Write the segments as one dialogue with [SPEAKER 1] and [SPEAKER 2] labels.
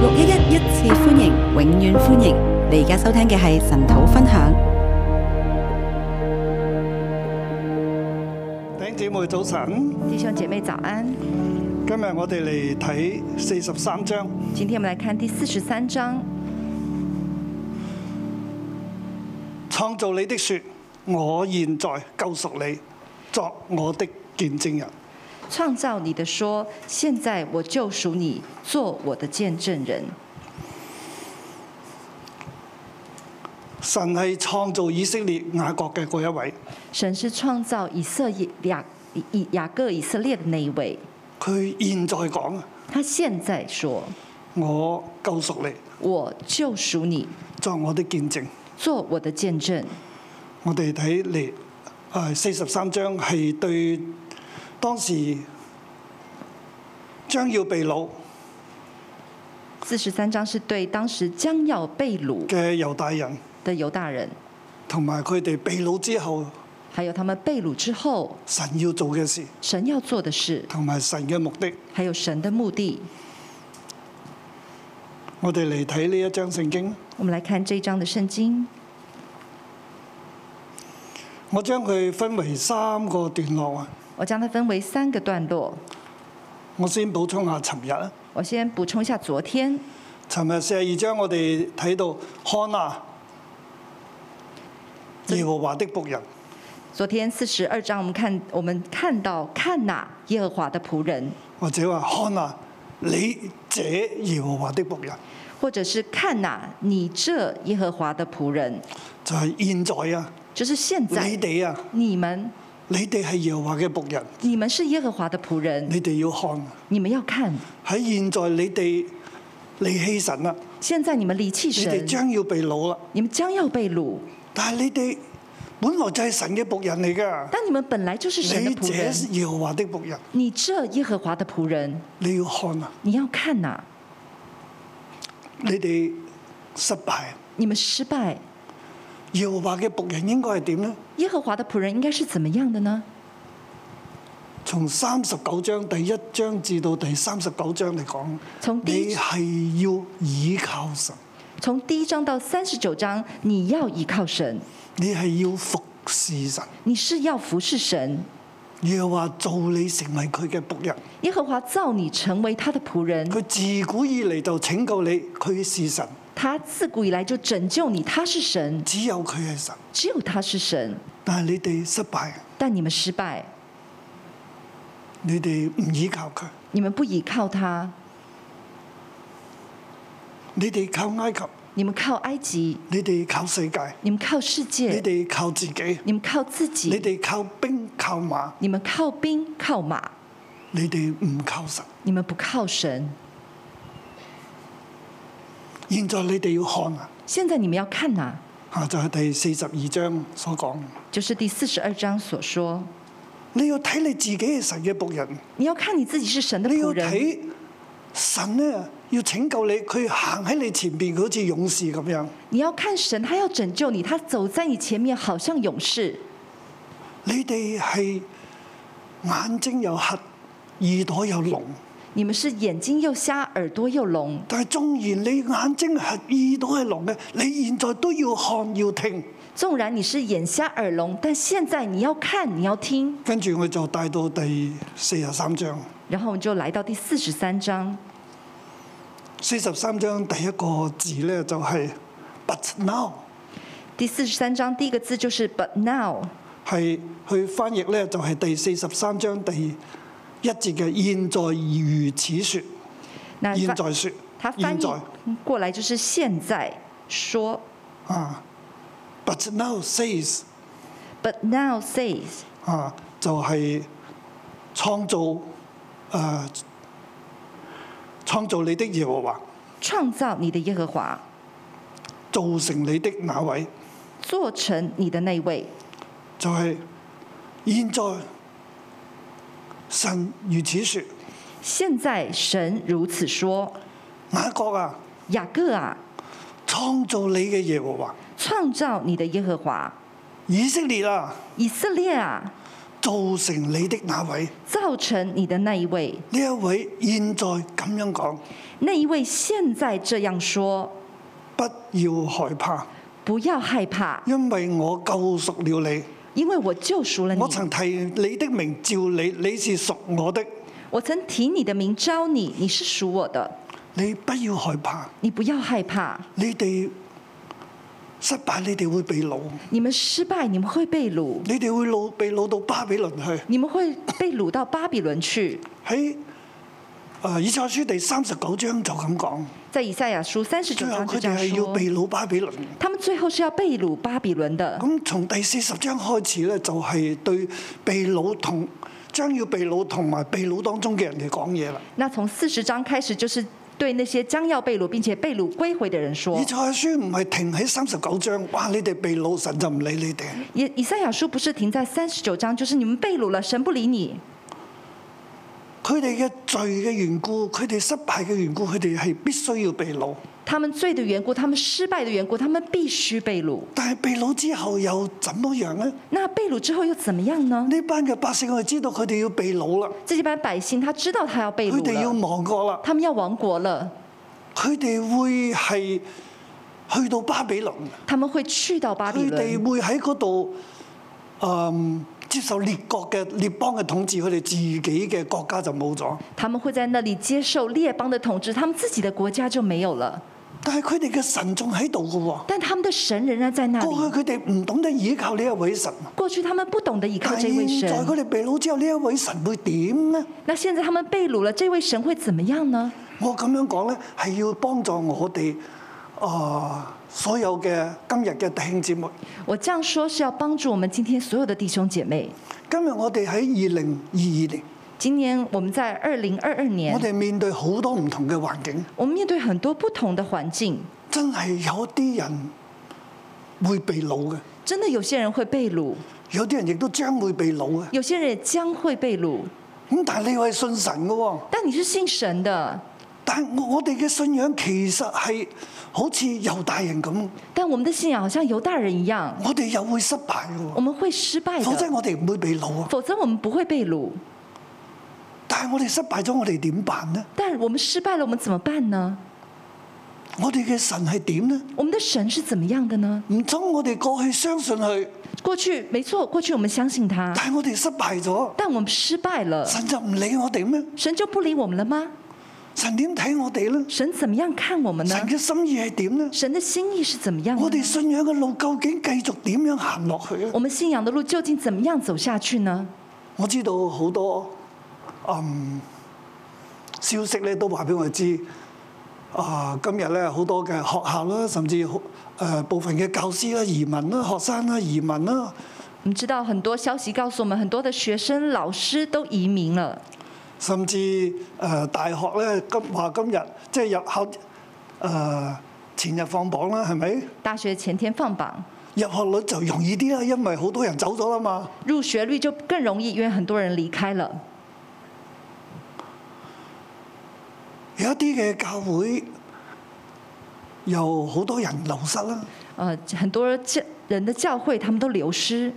[SPEAKER 1] 六一一一次歡迎，永遠歡迎！你而家收聽嘅係神土分享。
[SPEAKER 2] 弟兄姊妹早晨，
[SPEAKER 3] 弟兄姐妹早安，
[SPEAKER 2] 今日我哋嚟睇四十三章。
[SPEAKER 3] 今天我们来看第四十三章。
[SPEAKER 2] 創造你的說，我現在救贖你，作我的見證人。
[SPEAKER 3] 创造你的说，现在我救赎你，做我的见证人。
[SPEAKER 2] 神係創造以色列雅各嘅嗰一位，
[SPEAKER 3] 神是创造以色列雅以雅各以色列的那一位，
[SPEAKER 2] 佢現在講啊，
[SPEAKER 3] 他现在说
[SPEAKER 2] 我救贖你，：“
[SPEAKER 3] 我救赎你，
[SPEAKER 2] 作我的見證。
[SPEAKER 3] 做我的见证。
[SPEAKER 2] 我哋睇嚟，誒四十三章係對當時將要被擄”
[SPEAKER 3] 四十三章是对当时将要被掳
[SPEAKER 2] 嘅猶大人，
[SPEAKER 3] 的犹大人，
[SPEAKER 2] 同埋佢哋被擄之後，
[SPEAKER 3] 还有他们被掳之后
[SPEAKER 2] 神要做嘅事，
[SPEAKER 3] 神要做的事，
[SPEAKER 2] 同埋神嘅目的。
[SPEAKER 3] 还有神的目的。
[SPEAKER 2] 我哋嚟睇呢一章聖經，
[SPEAKER 3] 我们来看这一章的圣经，
[SPEAKER 2] 我將佢分為三個段落啊。
[SPEAKER 3] 我将它分为三个段落。
[SPEAKER 2] 我先補充下尋日啊，
[SPEAKER 3] 我先补充一下昨天，
[SPEAKER 2] 尋日四十二章我哋睇到看啊，耶和華的仆人，
[SPEAKER 3] 昨天四十二章，我们看我们看到看哪、耶和华的仆人，
[SPEAKER 2] 或者話看啊，你這耶和華的仆人，
[SPEAKER 3] 或者是看哪、你这耶和华的仆人，
[SPEAKER 2] 就係、現在啊，
[SPEAKER 3] 就是现
[SPEAKER 2] 你
[SPEAKER 3] 在
[SPEAKER 2] 哋啊，
[SPEAKER 3] 你们
[SPEAKER 2] 你哋係耶和華嘅仆人，
[SPEAKER 3] 你们是耶和华的仆人，
[SPEAKER 2] 你哋要看啊
[SPEAKER 3] 你们要看，
[SPEAKER 2] 喺現在你哋離棄神啦，
[SPEAKER 3] 现在你们离弃
[SPEAKER 2] 你哋
[SPEAKER 3] 神，
[SPEAKER 2] 將要被擄啦，
[SPEAKER 3] 你们将要被掳，
[SPEAKER 2] 但係你哋本來就係神嘅仆人嚟㗎。
[SPEAKER 3] 但你们本来就是神的
[SPEAKER 2] 你
[SPEAKER 3] 仆人，
[SPEAKER 2] 這耶和華的仆人，
[SPEAKER 3] 你这耶和华的仆人，
[SPEAKER 2] 你要看啊！
[SPEAKER 3] 你要看哪、
[SPEAKER 2] 你哋失敗，啊
[SPEAKER 3] 你们失败，
[SPEAKER 2] 耶和華嘅仆人應該係點呢？
[SPEAKER 3] 耶和华的仆人应该是怎么样的呢？
[SPEAKER 2] 從三十九章第一章至到第三十九章嚟講，
[SPEAKER 3] 從第一
[SPEAKER 2] 你係要倚靠神，
[SPEAKER 3] 从第一章到三十九章，你要依靠神，
[SPEAKER 2] 你係要服侍神。
[SPEAKER 3] 你是要服侍神。
[SPEAKER 2] 耶和華做你成為佢嘅仆人，
[SPEAKER 3] 耶和华造你成为他的仆人，
[SPEAKER 2] 佢自古以嚟就拯救你，佢是神，
[SPEAKER 3] 他自古以来就拯救你，他是神，
[SPEAKER 2] 只有佢係神。
[SPEAKER 3] 只有他是神。
[SPEAKER 2] 但係你哋失敗，啊
[SPEAKER 3] 但你们失败，
[SPEAKER 2] 你哋唔倚靠佢，
[SPEAKER 3] 你们不依靠他，
[SPEAKER 2] 你哋靠埃及，
[SPEAKER 3] 你们靠埃及，
[SPEAKER 2] 你哋靠世界，
[SPEAKER 3] 你们靠世
[SPEAKER 2] 你
[SPEAKER 3] 界，
[SPEAKER 2] 哋靠自己。
[SPEAKER 3] 你们靠自
[SPEAKER 2] 你
[SPEAKER 3] 己，
[SPEAKER 2] 哋靠兵靠馬，
[SPEAKER 3] 你们靠兵靠马，
[SPEAKER 2] 你哋唔靠神。
[SPEAKER 3] 你们不靠神。
[SPEAKER 2] 現在你哋要看啊，
[SPEAKER 3] 现在你们要看哪、
[SPEAKER 2] 啊就係、第四十二章所講，
[SPEAKER 3] 就是第四十二章所说，
[SPEAKER 2] 你要睇你自己係神嘅仆人，
[SPEAKER 3] 你要看你自己是神的
[SPEAKER 2] 你要
[SPEAKER 3] 仆人，
[SPEAKER 2] 睇神咧要拯救你，佢行喺你前邊，佢好似勇士咁樣。
[SPEAKER 3] 你要看神，他要拯救你，他走在你前面，好像勇士。
[SPEAKER 2] 你哋係眼睛有核，耳朵有聾，
[SPEAKER 3] 你们是眼睛又瞎，耳朵又聋，
[SPEAKER 2] 但係縱然你眼睛係核，耳朵係聾嘅，你現在都要看要聽。
[SPEAKER 3] 纵然你是眼瞎耳聋，但现在你要看，你要听。
[SPEAKER 2] 跟住我就帶到第四十三章。
[SPEAKER 3] 然后我们就来到第四十三章，
[SPEAKER 2] 四十三章第一個字咧就係、but now，
[SPEAKER 3] 第四十三章第一个字就是 but now，
[SPEAKER 2] 係去翻譯咧就係、第四十三章第一節嘅現在如此説，
[SPEAKER 3] 那
[SPEAKER 2] 現
[SPEAKER 3] 翻
[SPEAKER 2] 在説
[SPEAKER 3] 它，
[SPEAKER 2] 現
[SPEAKER 3] 翻译
[SPEAKER 2] 在
[SPEAKER 3] 过来就是现在说
[SPEAKER 2] 啊，but now says
[SPEAKER 3] but now says，
[SPEAKER 2] 啊就係、創造誒、呃、創造你的耶和華，
[SPEAKER 3] 创造你的耶和华，
[SPEAKER 2] 造成你的那位，
[SPEAKER 3] 做成你的那位。
[SPEAKER 2] 就係、現在神如此説，
[SPEAKER 3] 现在神如此说：
[SPEAKER 2] 雅各啊！
[SPEAKER 3] 雅各啊，
[SPEAKER 2] 創造你嘅耶和華，
[SPEAKER 3] 创造你的耶和华，
[SPEAKER 2] 以色列啊，
[SPEAKER 3] 以色列啊，
[SPEAKER 2] 造成你的那位，
[SPEAKER 3] 造成你的那一位，
[SPEAKER 2] 呢一位現在咁樣講，
[SPEAKER 3] 那一位现在这样说
[SPEAKER 2] 不要害怕，：“
[SPEAKER 3] 不要害怕，
[SPEAKER 2] 因為我救贖了你。
[SPEAKER 3] 因为我救赎了你
[SPEAKER 2] 我。曾提你的名召你，你是屬我的。
[SPEAKER 3] 我曾提你的名招你，你是属我的，
[SPEAKER 2] 你不要害怕，
[SPEAKER 3] 你不要害怕。
[SPEAKER 2] 你哋失敗，你哋會被掳，
[SPEAKER 3] 你们失败，你们会被掳，
[SPEAKER 2] 你哋會掳被掳到巴比倫去。
[SPEAKER 3] 你们会被掳到巴比伦去。”
[SPEAKER 2] 喺誒以賽亞書第三十九章就咁講，
[SPEAKER 3] 在以赛亚书三十九
[SPEAKER 2] 最後
[SPEAKER 3] 章就
[SPEAKER 2] 佢
[SPEAKER 3] 这
[SPEAKER 2] 哋
[SPEAKER 3] 样
[SPEAKER 2] 係要
[SPEAKER 3] 说，
[SPEAKER 2] 被掳巴比倫。
[SPEAKER 3] 他们最后是要被掳巴比伦的。
[SPEAKER 2] 咁從第四十章開始咧，就係、對被掳同將要被掳同埋被掳當中嘅人嚟講嘢啦。
[SPEAKER 3] 那从四十章开始，就是对那些将要被掳并且被掳归回的人说
[SPEAKER 2] 以。賽亞書唔係停喺三十九章，哇！你哋被擄，神就唔理你哋。
[SPEAKER 3] 以以赛亚书不是停在三十九章，就是你们被掳了，神不理你。
[SPEAKER 2] 佢哋嘅罪嘅緣故，佢哋失敗嘅緣故，佢哋係必須要被擄。
[SPEAKER 3] 他们罪的缘故，他们失败的缘故，他们必须被掳。
[SPEAKER 2] 但係被擄之後又怎麼樣呢？
[SPEAKER 3] 那被掳之后又怎么样呢？
[SPEAKER 2] 呢班嘅百姓，我哋知道佢哋要被擄啦，
[SPEAKER 3] 这些班百姓他知道他要被
[SPEAKER 2] 佢
[SPEAKER 3] 掳
[SPEAKER 2] 哋要
[SPEAKER 3] 了，
[SPEAKER 2] 亡國啦，
[SPEAKER 3] 他们要亡国了，
[SPEAKER 2] 佢哋會係去到巴比倫，
[SPEAKER 3] 他们会去到巴比
[SPEAKER 2] 佢哋
[SPEAKER 3] 伦，
[SPEAKER 2] 會喺嗰度，嗯，接受列國嘅列邦嘅統治，佢哋自己嘅國家就冇咗。
[SPEAKER 3] 他们会在那里接受列邦的统治，他们自己的国家就没有了。
[SPEAKER 2] 但係佢哋嘅神仲喺度嘅喎。
[SPEAKER 3] 但他们的神仍然在那
[SPEAKER 2] 過
[SPEAKER 3] 里。
[SPEAKER 2] 去佢哋唔懂得倚靠呢一位神，
[SPEAKER 3] 过去他们不懂得依靠
[SPEAKER 2] 但
[SPEAKER 3] 这位
[SPEAKER 2] 係現在佢
[SPEAKER 3] 神，
[SPEAKER 2] 哋被擄之後，呢一位神會點呢？
[SPEAKER 3] 那现在他们被掳了，这位神会怎么样呢？
[SPEAKER 2] 我咁樣講呢，係要幫助我哋啊、所有嘅今日嘅弟兄姊妹。
[SPEAKER 3] 我这样说是要帮助我们今天所有的弟兄姐妹。
[SPEAKER 2] 今日我哋喺二零二二年，
[SPEAKER 3] 今年我们在二零二二
[SPEAKER 2] 我
[SPEAKER 3] 年，
[SPEAKER 2] 哋面對好多唔同嘅環境，
[SPEAKER 3] 我们面对很多不同的环境，
[SPEAKER 2] 真係有啲人會被老嘅，
[SPEAKER 3] 真的有些人会被掳，
[SPEAKER 2] 有啲人亦都將會被老嘅。
[SPEAKER 3] 有些人也将会被掳。
[SPEAKER 2] 咁但係你係信神嘅喎，
[SPEAKER 3] 但你是信神的，
[SPEAKER 2] 但係我我哋嘅信仰其實係好似猶大人咁，
[SPEAKER 3] 但我们的信仰好像犹大人一样，
[SPEAKER 2] 我哋又會失敗嘅喎。
[SPEAKER 3] 我们会失败
[SPEAKER 2] 否則
[SPEAKER 3] 的，
[SPEAKER 2] 我哋唔會被老啊！
[SPEAKER 3] 否则我们不会被掳。
[SPEAKER 2] 但係我哋失敗咗，我哋點辦呢？
[SPEAKER 3] 但我们失败了，我们怎么办呢？
[SPEAKER 2] 我哋嘅神係點呢？
[SPEAKER 3] 我们的神是怎么样的呢？
[SPEAKER 2] 唔通我哋過去相信佢，
[SPEAKER 3] 过去没错，过去我们相信他，
[SPEAKER 2] 但係我哋失敗咗，
[SPEAKER 3] 但我们失败了，
[SPEAKER 2] 神就唔理我哋咩？
[SPEAKER 3] 神就不理我们了吗？
[SPEAKER 2] 神點睇我哋呢？
[SPEAKER 3] 神怎么样看我们呢
[SPEAKER 2] 神？嘅心意係點呢？
[SPEAKER 3] 神的心意是怎么样的呢？
[SPEAKER 2] 我哋信仰嘅路究竟繼續點樣行落去咧
[SPEAKER 3] 我？们信仰的路究竟怎么样走下去呢？
[SPEAKER 2] 我知道好多嗯消息咧，都話俾我知。啊，今日咧好多嘅學校啦，甚至好誒、呃部分嘅教師啦、移民啦、學生啦、移民啦，
[SPEAKER 3] 我们知道很多消息告诉我们，很多的学生、老师都移民了，
[SPEAKER 2] 甚至誒、呃大學咧，今話今日即係入考誒、呃前日放榜啦，係咪？
[SPEAKER 3] 大学前天放榜，
[SPEAKER 2] 入學率就容易啲啦，因為好多人走咗啦嘛。
[SPEAKER 3] 入学率就更容易，因为很多人离开了。
[SPEAKER 2] 有一啲嘅教會有好多人流失啦，
[SPEAKER 3] 呃，很多教人的教会他们都流失，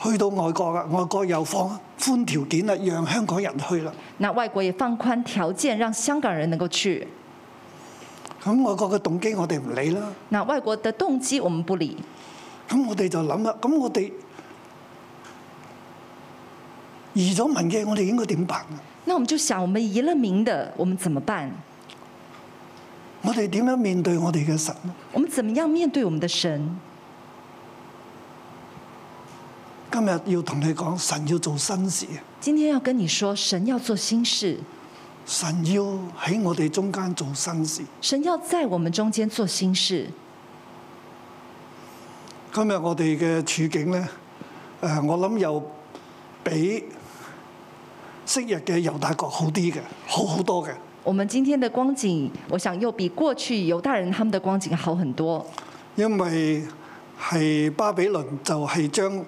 [SPEAKER 2] 去到外國啦，外國又放寬條件啦，讓香港人去啦。
[SPEAKER 3] 那外国也放宽条件，让香港人能够去。
[SPEAKER 2] 咁外國嘅動機我哋唔理啦，
[SPEAKER 3] 那外国的动机我们不理，
[SPEAKER 2] 咁我哋就諗啦，咁我哋移咗民嘅，我哋應該點辦啊？
[SPEAKER 3] 那我们就想，我们移了民的，我们怎么办？
[SPEAKER 2] 我哋點樣面對我哋嘅神呢？啊
[SPEAKER 3] 我们怎么样面对我们的神？
[SPEAKER 2] 今日要同你講，神要做新事，啊
[SPEAKER 3] 今天要跟你说，神要做新事，
[SPEAKER 2] 神要喺我哋中間做新事。
[SPEAKER 3] 神要在我们中间做新事。
[SPEAKER 2] 今日我哋嘅處境呢，誒、我諗又比昔日嘅猶大國好啲嘅，好好多嘅。
[SPEAKER 3] 我们今天的光景，我想又比过去犹大人他们的光景好很多，
[SPEAKER 2] 因為係巴比倫就係將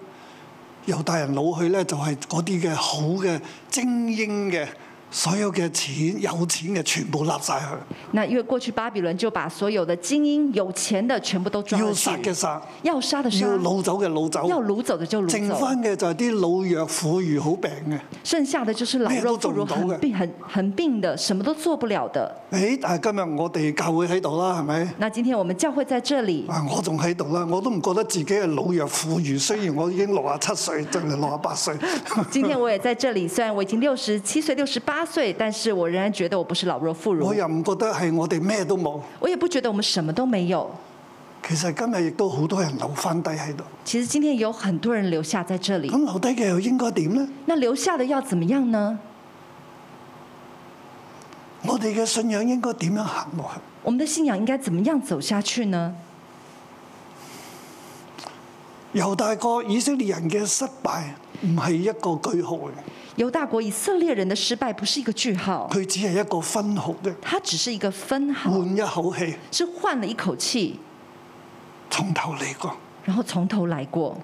[SPEAKER 2] 猶大人老去呢，就係嗰啲嘅好嘅精英嘅所有嘅錢有錢嘅全部立晒佢，
[SPEAKER 3] 那因为过去巴比伦就把所有的精英、有钱的全部都抓
[SPEAKER 2] 要
[SPEAKER 3] 了
[SPEAKER 2] 殺嘅
[SPEAKER 3] 去，
[SPEAKER 2] 殺，
[SPEAKER 3] 要杀的杀
[SPEAKER 2] 要，擄走嘅擄
[SPEAKER 3] 要
[SPEAKER 2] 走，
[SPEAKER 3] 掳走的就掳
[SPEAKER 2] 剩
[SPEAKER 3] 走，
[SPEAKER 2] 翻嘅就係啲老弱婦孺好病嘅。
[SPEAKER 3] 剩下的就是老
[SPEAKER 2] 咩都
[SPEAKER 3] 弱
[SPEAKER 2] 做
[SPEAKER 3] 妇
[SPEAKER 2] 唔
[SPEAKER 3] 孺
[SPEAKER 2] 到嘅
[SPEAKER 3] 很病、很很病的，什么都做不了的。
[SPEAKER 2] 誒，但係今日我哋教會喺度啦，係咪？
[SPEAKER 3] 那今天我们教会在这里，
[SPEAKER 2] 啊，我仲喺度啦，我都唔覺得自己係老弱婦孺，雖然我已經六啊七歲，就嚟六啊八 歲。
[SPEAKER 3] 今天我也在这里，虽然我已经六十七岁、六十八岁，但是我仍然觉得我不是老弱妇
[SPEAKER 2] 我
[SPEAKER 3] 孺，
[SPEAKER 2] 又唔覺得係我哋咩都冇。
[SPEAKER 3] 我也不觉得我们什么都没有。
[SPEAKER 2] 其實今日亦都好多人留翻低喺度，
[SPEAKER 3] 其实今天有很多人留下在这里，
[SPEAKER 2] 咁留低嘅又應該點呢？
[SPEAKER 3] 那留下的要怎么样呢？
[SPEAKER 2] 我哋嘅信仰應該點樣行落去？
[SPEAKER 3] 我们的信仰应该怎么样走下去呢？
[SPEAKER 2] 猶大國以色列人嘅失敗唔係一個句號嚟
[SPEAKER 3] 犹大国以色列人的失败不是一个句号，
[SPEAKER 2] 嘅，佢只係一個分號啫，
[SPEAKER 3] 它只是一个分号，
[SPEAKER 2] 換一口氣，
[SPEAKER 3] 是换了一口气，
[SPEAKER 2] 從頭嚟過。
[SPEAKER 3] 然后从头来过。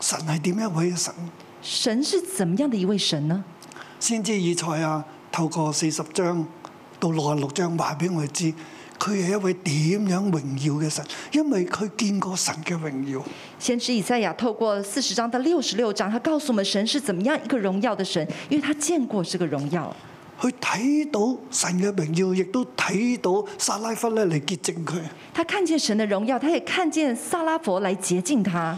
[SPEAKER 2] 神係點一位嘅神？
[SPEAKER 3] 神是怎么样的一位神呢？
[SPEAKER 2] 先知以賽亞透過四十章到六十六章話俾我哋知，佢係一位點樣榮耀嘅神，因為佢見過神嘅榮耀。
[SPEAKER 3] 先知以赛亚透过四十章到六十六章，他告诉我们神是怎么样一个荣耀的神，因为他见过这个荣耀，
[SPEAKER 2] 佢睇到神嘅榮耀，亦都睇到撒拉弗咧嚟潔淨佢，
[SPEAKER 3] 他看见神的荣耀，他也看见萨拉佛来洁净他，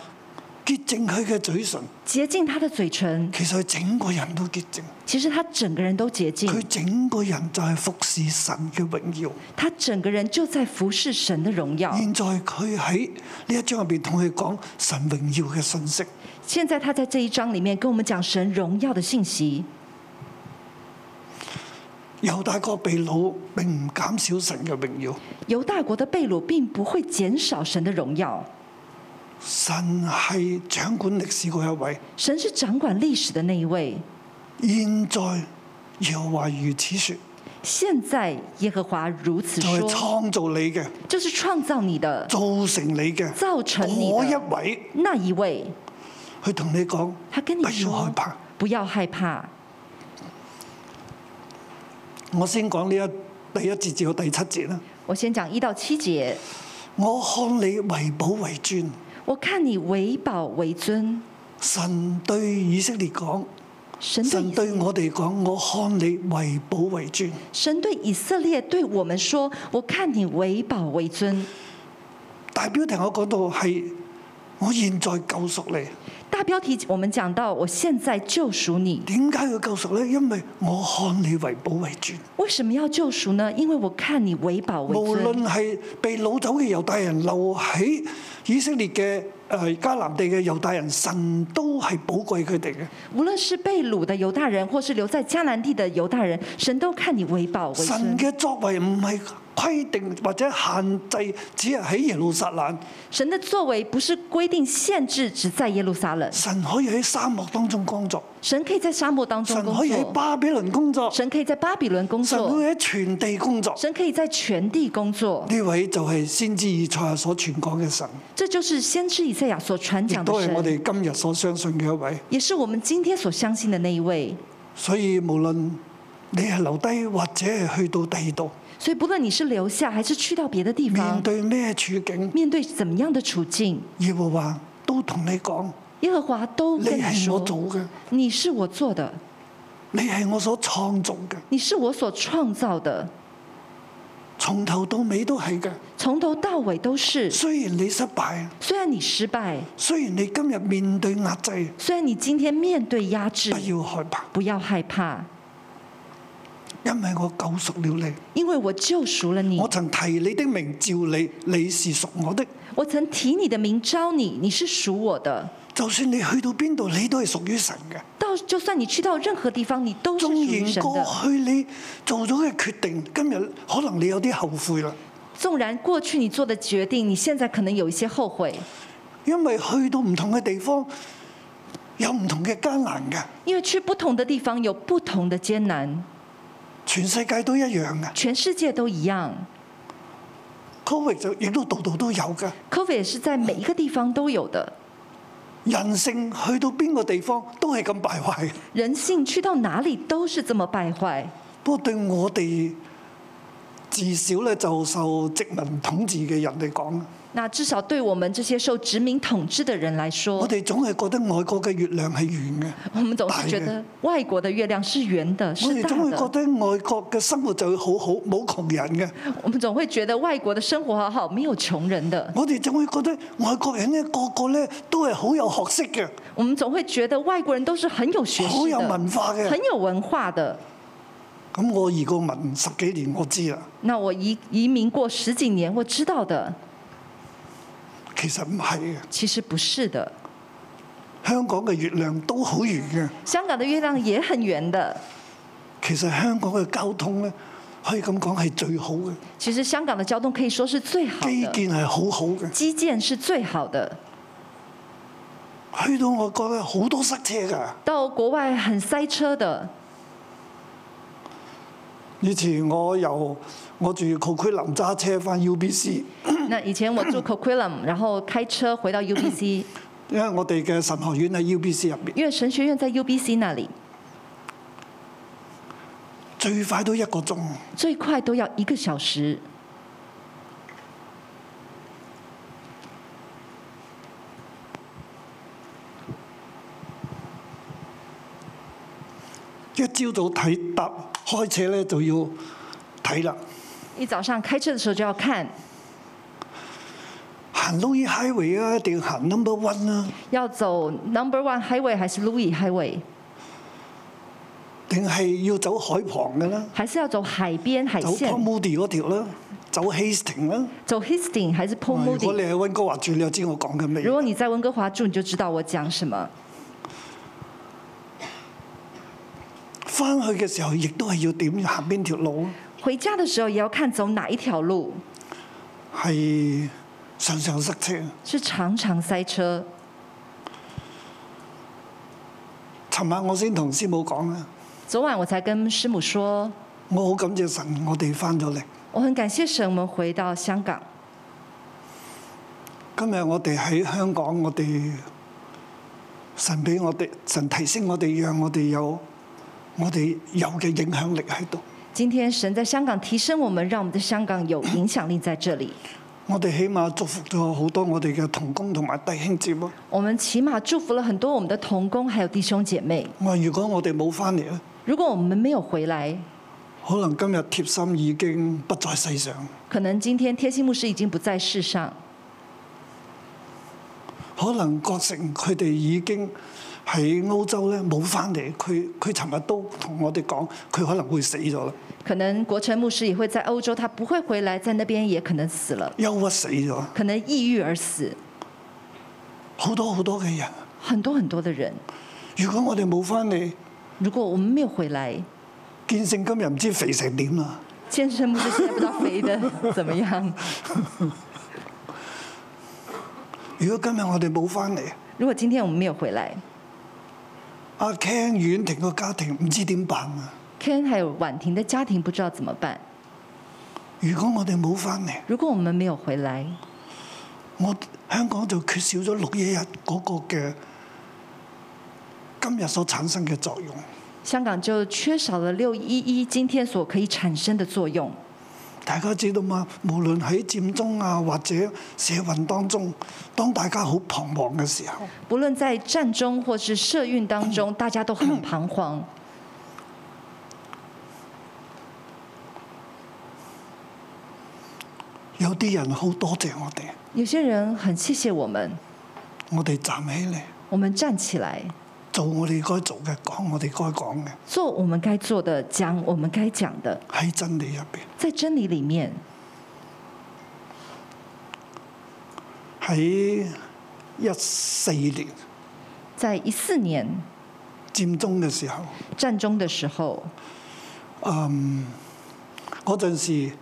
[SPEAKER 2] 潔淨佢嘅嘴唇。
[SPEAKER 3] 洁净他的嘴唇。
[SPEAKER 2] 其實佢整個人都潔淨，
[SPEAKER 3] 其实他整个人都洁
[SPEAKER 2] 佢
[SPEAKER 3] 净，
[SPEAKER 2] 整個人就係服侍神嘅榮耀。
[SPEAKER 3] 他整个人就在服侍神的荣耀。
[SPEAKER 2] 現在佢喺呢一章入邊同佢講神榮耀嘅信息，
[SPEAKER 3] 现在他在这一章里面跟我们讲神荣耀的信息。
[SPEAKER 2] 猶大國被擄並唔減少神嘅榮耀。
[SPEAKER 3] 犹大国的被掳并不会减少神的荣耀，
[SPEAKER 2] 神係掌管歷史嗰一位，
[SPEAKER 3] 神是掌管历史的那一位。
[SPEAKER 2] 現在耶和華如此說，
[SPEAKER 3] 现在耶和华如此
[SPEAKER 2] 就係、
[SPEAKER 3] 说，
[SPEAKER 2] 創造你嘅、
[SPEAKER 3] 就是创造你的、
[SPEAKER 2] 造成你嘅
[SPEAKER 3] 造成你
[SPEAKER 2] 嗰
[SPEAKER 3] 的
[SPEAKER 2] 一位，
[SPEAKER 3] 那一位，
[SPEAKER 2] 佢同你講，
[SPEAKER 3] 他跟
[SPEAKER 2] 不
[SPEAKER 3] 你
[SPEAKER 2] 要
[SPEAKER 3] 说
[SPEAKER 2] 害怕。：
[SPEAKER 3] 不要害怕。
[SPEAKER 2] 我先講呢一第一節至到第七節啦。
[SPEAKER 3] 我先讲一到七节，
[SPEAKER 2] 我看你為寶為尊，
[SPEAKER 3] 我看你为宝为尊，
[SPEAKER 2] 神對以色列講，
[SPEAKER 3] 神对
[SPEAKER 2] 神
[SPEAKER 3] 以色
[SPEAKER 2] 對我哋講，我看你為寶為尊。
[SPEAKER 3] 神对以色列对我们说：我看你为宝为尊。
[SPEAKER 2] 大標題我講到係，我現在救贖你。
[SPEAKER 3] 大标题我们讲到，我现在救赎你。
[SPEAKER 2] 點解要救贖呢？因為我看你為寶為尊。
[SPEAKER 3] 为什么要救赎呢？因为我看你为宝为
[SPEAKER 2] 無
[SPEAKER 3] 尊。
[SPEAKER 2] 論係被掳走嘅猶大人，留喺以色列嘅誒、呃迦南地嘅猶大人，神都係寶貴佢哋嘅。
[SPEAKER 3] 无论是被掳的犹大人，或是留在迦南地的犹大人，神都看你为宝为
[SPEAKER 2] 神
[SPEAKER 3] 尊。
[SPEAKER 2] 嘅作為唔係規定或者限制，只係喺耶路撒冷。
[SPEAKER 3] 神的作为不是规定限制只在耶路撒冷，
[SPEAKER 2] 神可以喺沙漠當中工作，
[SPEAKER 3] 神可以在沙漠当中
[SPEAKER 2] 神
[SPEAKER 3] 工
[SPEAKER 2] 可以喺
[SPEAKER 3] 作，
[SPEAKER 2] 巴比倫工作，
[SPEAKER 3] 神可以在巴比伦工
[SPEAKER 2] 神
[SPEAKER 3] 作，
[SPEAKER 2] 會喺全地工作。
[SPEAKER 3] 神可以在全地工作。
[SPEAKER 2] 呢位就係先知以賽亞所傳講嘅神，
[SPEAKER 3] 这就是先知以赛亚所传
[SPEAKER 2] 亦
[SPEAKER 3] 讲的
[SPEAKER 2] 都係我
[SPEAKER 3] 神，
[SPEAKER 2] 哋今日所相信嘅一位。
[SPEAKER 3] 也是我们今天所相信的那一位。
[SPEAKER 2] 所以無論你係留低或者係去到第二度，
[SPEAKER 3] 所以，不论你是留下还是去到别的地
[SPEAKER 2] 面
[SPEAKER 3] 方，
[SPEAKER 2] 對咩處境，
[SPEAKER 3] 面对怎么样的处境，
[SPEAKER 2] 耶和華都同你講：
[SPEAKER 3] 耶和华都
[SPEAKER 2] 你
[SPEAKER 3] 跟你
[SPEAKER 2] 係我
[SPEAKER 3] 说。
[SPEAKER 2] 做嘅，
[SPEAKER 3] 你是我做的，
[SPEAKER 2] 你係我所創造嘅，
[SPEAKER 3] 你是我所创造的，
[SPEAKER 2] 從頭到尾都係嘅。
[SPEAKER 3] 从头到尾都是。
[SPEAKER 2] 雖然你失敗，
[SPEAKER 3] 虽然你失败，
[SPEAKER 2] 雖然你今日面對壓制，
[SPEAKER 3] 虽然你今天面对压制
[SPEAKER 2] 不，要害怕，
[SPEAKER 3] 不要害怕，
[SPEAKER 2] 因為我救贖了
[SPEAKER 3] 因为我救赎了
[SPEAKER 2] 你。
[SPEAKER 3] 你
[SPEAKER 2] 我。曾提你的名召你，你是屬我的。
[SPEAKER 3] 我曾提你的名招你，你是属我的。
[SPEAKER 2] 就算你去到邊度，你都係屬於神嘅。
[SPEAKER 3] 到就算你去到任何地方，你都是属
[SPEAKER 2] 縱
[SPEAKER 3] 于神
[SPEAKER 2] 然
[SPEAKER 3] 的。
[SPEAKER 2] 過去你做咗嘅決定，今日可能你有啲後悔啦，
[SPEAKER 3] 纵然过去你做的决定，你现在可能有一些后悔，
[SPEAKER 2] 因為去到唔同嘅地方，有唔同嘅艱難嘅，
[SPEAKER 3] 因为去不同的地方有不同的艰难，
[SPEAKER 2] 全世界都一樣嘅。
[SPEAKER 3] 全世界都一样。
[SPEAKER 2] Covid 就亦都度度都有嘅，
[SPEAKER 3] COVID 也是在每一个地方都有的，
[SPEAKER 2] 人性去到邊個地方都係咁敗壞嘅。
[SPEAKER 3] 人性去到哪里都是这么败坏。
[SPEAKER 2] 不過對我哋至少咧就受殖民統治嘅人嚟講，
[SPEAKER 3] 那至少对我们这些受殖民统治的人来说
[SPEAKER 2] 我，哋總係覺得外國嘅月亮係圓嘅，
[SPEAKER 3] 我们总是觉
[SPEAKER 2] 大
[SPEAKER 3] 得
[SPEAKER 2] 的
[SPEAKER 3] 外国的月亮是圆的，
[SPEAKER 2] 我
[SPEAKER 3] 是
[SPEAKER 2] 哋
[SPEAKER 3] 大
[SPEAKER 2] 總會覺
[SPEAKER 3] 的。
[SPEAKER 2] 得外國嘅生活就會好好，冇窮人嘅。
[SPEAKER 3] 我们总会觉得外國的生活好好，沒有窮人的。
[SPEAKER 2] 我哋總會覺得外國人咧個個咧都係好有學識嘅，
[SPEAKER 3] 我們總會覺得外國人都是很有學
[SPEAKER 2] 好
[SPEAKER 3] 識
[SPEAKER 2] 有
[SPEAKER 3] 的，
[SPEAKER 2] 文化嘅
[SPEAKER 3] 很。有文化的。
[SPEAKER 2] 咁我移過民十幾年，我知啦，
[SPEAKER 3] 那我移移民過十幾年，我知道的，
[SPEAKER 2] 其實唔係嘅。
[SPEAKER 3] 其實不是的。
[SPEAKER 2] 香港嘅月亮都好圓嘅。
[SPEAKER 3] 香港的月亮也很圓的。
[SPEAKER 2] 其實香港嘅交通咧，可以咁講係最好嘅，
[SPEAKER 3] 其實香港的交通可以說是最好
[SPEAKER 2] 基
[SPEAKER 3] 的，
[SPEAKER 2] 建係好好嘅。
[SPEAKER 3] 基建是最好的。
[SPEAKER 2] 去到外國咧，好多塞車㗎。
[SPEAKER 3] 到國外很塞車的。
[SPEAKER 2] 以前我由我住 c o q u i l a m 揸車翻 UBC，
[SPEAKER 3] 那以前我住 Coquitlam，然後開車回到 UBC，
[SPEAKER 2] 因為我哋嘅神學院喺 UBC 入邊，
[SPEAKER 3] 因為神學院在 UBC 那裡，
[SPEAKER 2] 最快都一個鐘。
[SPEAKER 3] 最快都要一個小時。
[SPEAKER 2] 一朝早睇搭開車咧就要睇啦，
[SPEAKER 3] 一早上開車的時候就要看，
[SPEAKER 2] 行 l o u i Highway 啊，定行 Number One 啊，
[SPEAKER 3] 要走 Number One Highway 還是 Louis Highway，
[SPEAKER 2] 定係要走海旁嘅啦，
[SPEAKER 3] 還是要走海邊海
[SPEAKER 2] 走 p o
[SPEAKER 3] 線，
[SPEAKER 2] Moody 嗰條啦，走 Hasting 啦。
[SPEAKER 3] 走 Hastings 還是 p o
[SPEAKER 2] 哇
[SPEAKER 3] m o
[SPEAKER 2] 如
[SPEAKER 3] d
[SPEAKER 2] 果你
[SPEAKER 3] y
[SPEAKER 2] 喺温哥華住，你就知我講緊咩
[SPEAKER 3] 如。果你在温哥華住，你就知道我講什麼。
[SPEAKER 2] 翻去嘅時候，亦都係要點行邊條路啊？
[SPEAKER 3] 回家的時候也要看走哪一條路，
[SPEAKER 2] 係常常塞車。
[SPEAKER 3] 是常常塞車。
[SPEAKER 2] 尋晚我先同師母講啦，
[SPEAKER 3] 昨晚我才跟師母說，
[SPEAKER 2] 我好感謝神，我哋翻咗嚟。
[SPEAKER 3] 我很感謝神，我們回到香港。
[SPEAKER 2] 今日我哋喺香港，我哋神俾我哋，神提升我哋，讓我哋有我哋有嘅影響力喺度。
[SPEAKER 3] 今天神在香港提升我們，讓我們的香港有影響力在這裡。
[SPEAKER 2] 我哋起碼祝福咗好多我哋嘅同工同埋弟兄姊妹。
[SPEAKER 3] 我們起碼祝福了很多我們的同工還有弟兄姐妹。
[SPEAKER 2] 我話如果我哋冇翻嚟咧，
[SPEAKER 3] 如果我們沒有回來，
[SPEAKER 2] 可能今日貼心已經不在世上，
[SPEAKER 3] 可能今天贴心牧师已經不在世上，
[SPEAKER 2] 可能各城佢哋已經喺歐洲咧冇翻嚟。佢佢尋日都同我哋講，佢可能會死咗啦，
[SPEAKER 3] 可能國成牧师也會在歐洲，他不會回來，在那邊也可能死了，
[SPEAKER 2] 憂鬱死咗，
[SPEAKER 3] 可能抑鬱而死。
[SPEAKER 2] 好多好多嘅人。
[SPEAKER 3] 很多很多的人，
[SPEAKER 2] 如果我哋冇翻嚟，
[SPEAKER 3] 如果我們沒有回來，
[SPEAKER 2] 見證今日唔知肥成點啦。
[SPEAKER 3] 健身牧师現在不知道肥的怎麼樣。
[SPEAKER 2] 如果今日我哋冇翻嚟，
[SPEAKER 3] 如果今天我們沒有回來
[SPEAKER 2] 阿 Ken 婉婷個家庭唔知點辦啊！
[SPEAKER 3] ，Ken 還有婉婷的家庭不知道怎麼辦。
[SPEAKER 2] 如果我哋冇翻嚟，
[SPEAKER 3] 如果我們沒有回來，
[SPEAKER 2] 我香港就缺少咗六一日嗰個嘅今日所產生嘅作用。
[SPEAKER 3] 香港就缺少了六一一今天所可以產生的作用。
[SPEAKER 2] 大家知道嘛？無論喺佔中啊，或者社運當中，當大家好彷徨嘅時候，
[SPEAKER 3] 不論在戰中或是社運當中，大家都很彷徨。
[SPEAKER 2] 有啲人好多謝我哋，
[SPEAKER 3] 有些人很謝謝我們，
[SPEAKER 2] 我哋站起嚟
[SPEAKER 3] 我們站起來，
[SPEAKER 2] 做我哋該做嘅，講我哋該講嘅，
[SPEAKER 3] 做我們該做的，講我們該講的，
[SPEAKER 2] 喺真理入邊，
[SPEAKER 3] 在真理裡面，
[SPEAKER 2] 喺一四年
[SPEAKER 3] 在一四年
[SPEAKER 2] 佔中嘅時候。
[SPEAKER 3] 戰中的時候，
[SPEAKER 2] 嗰陣時，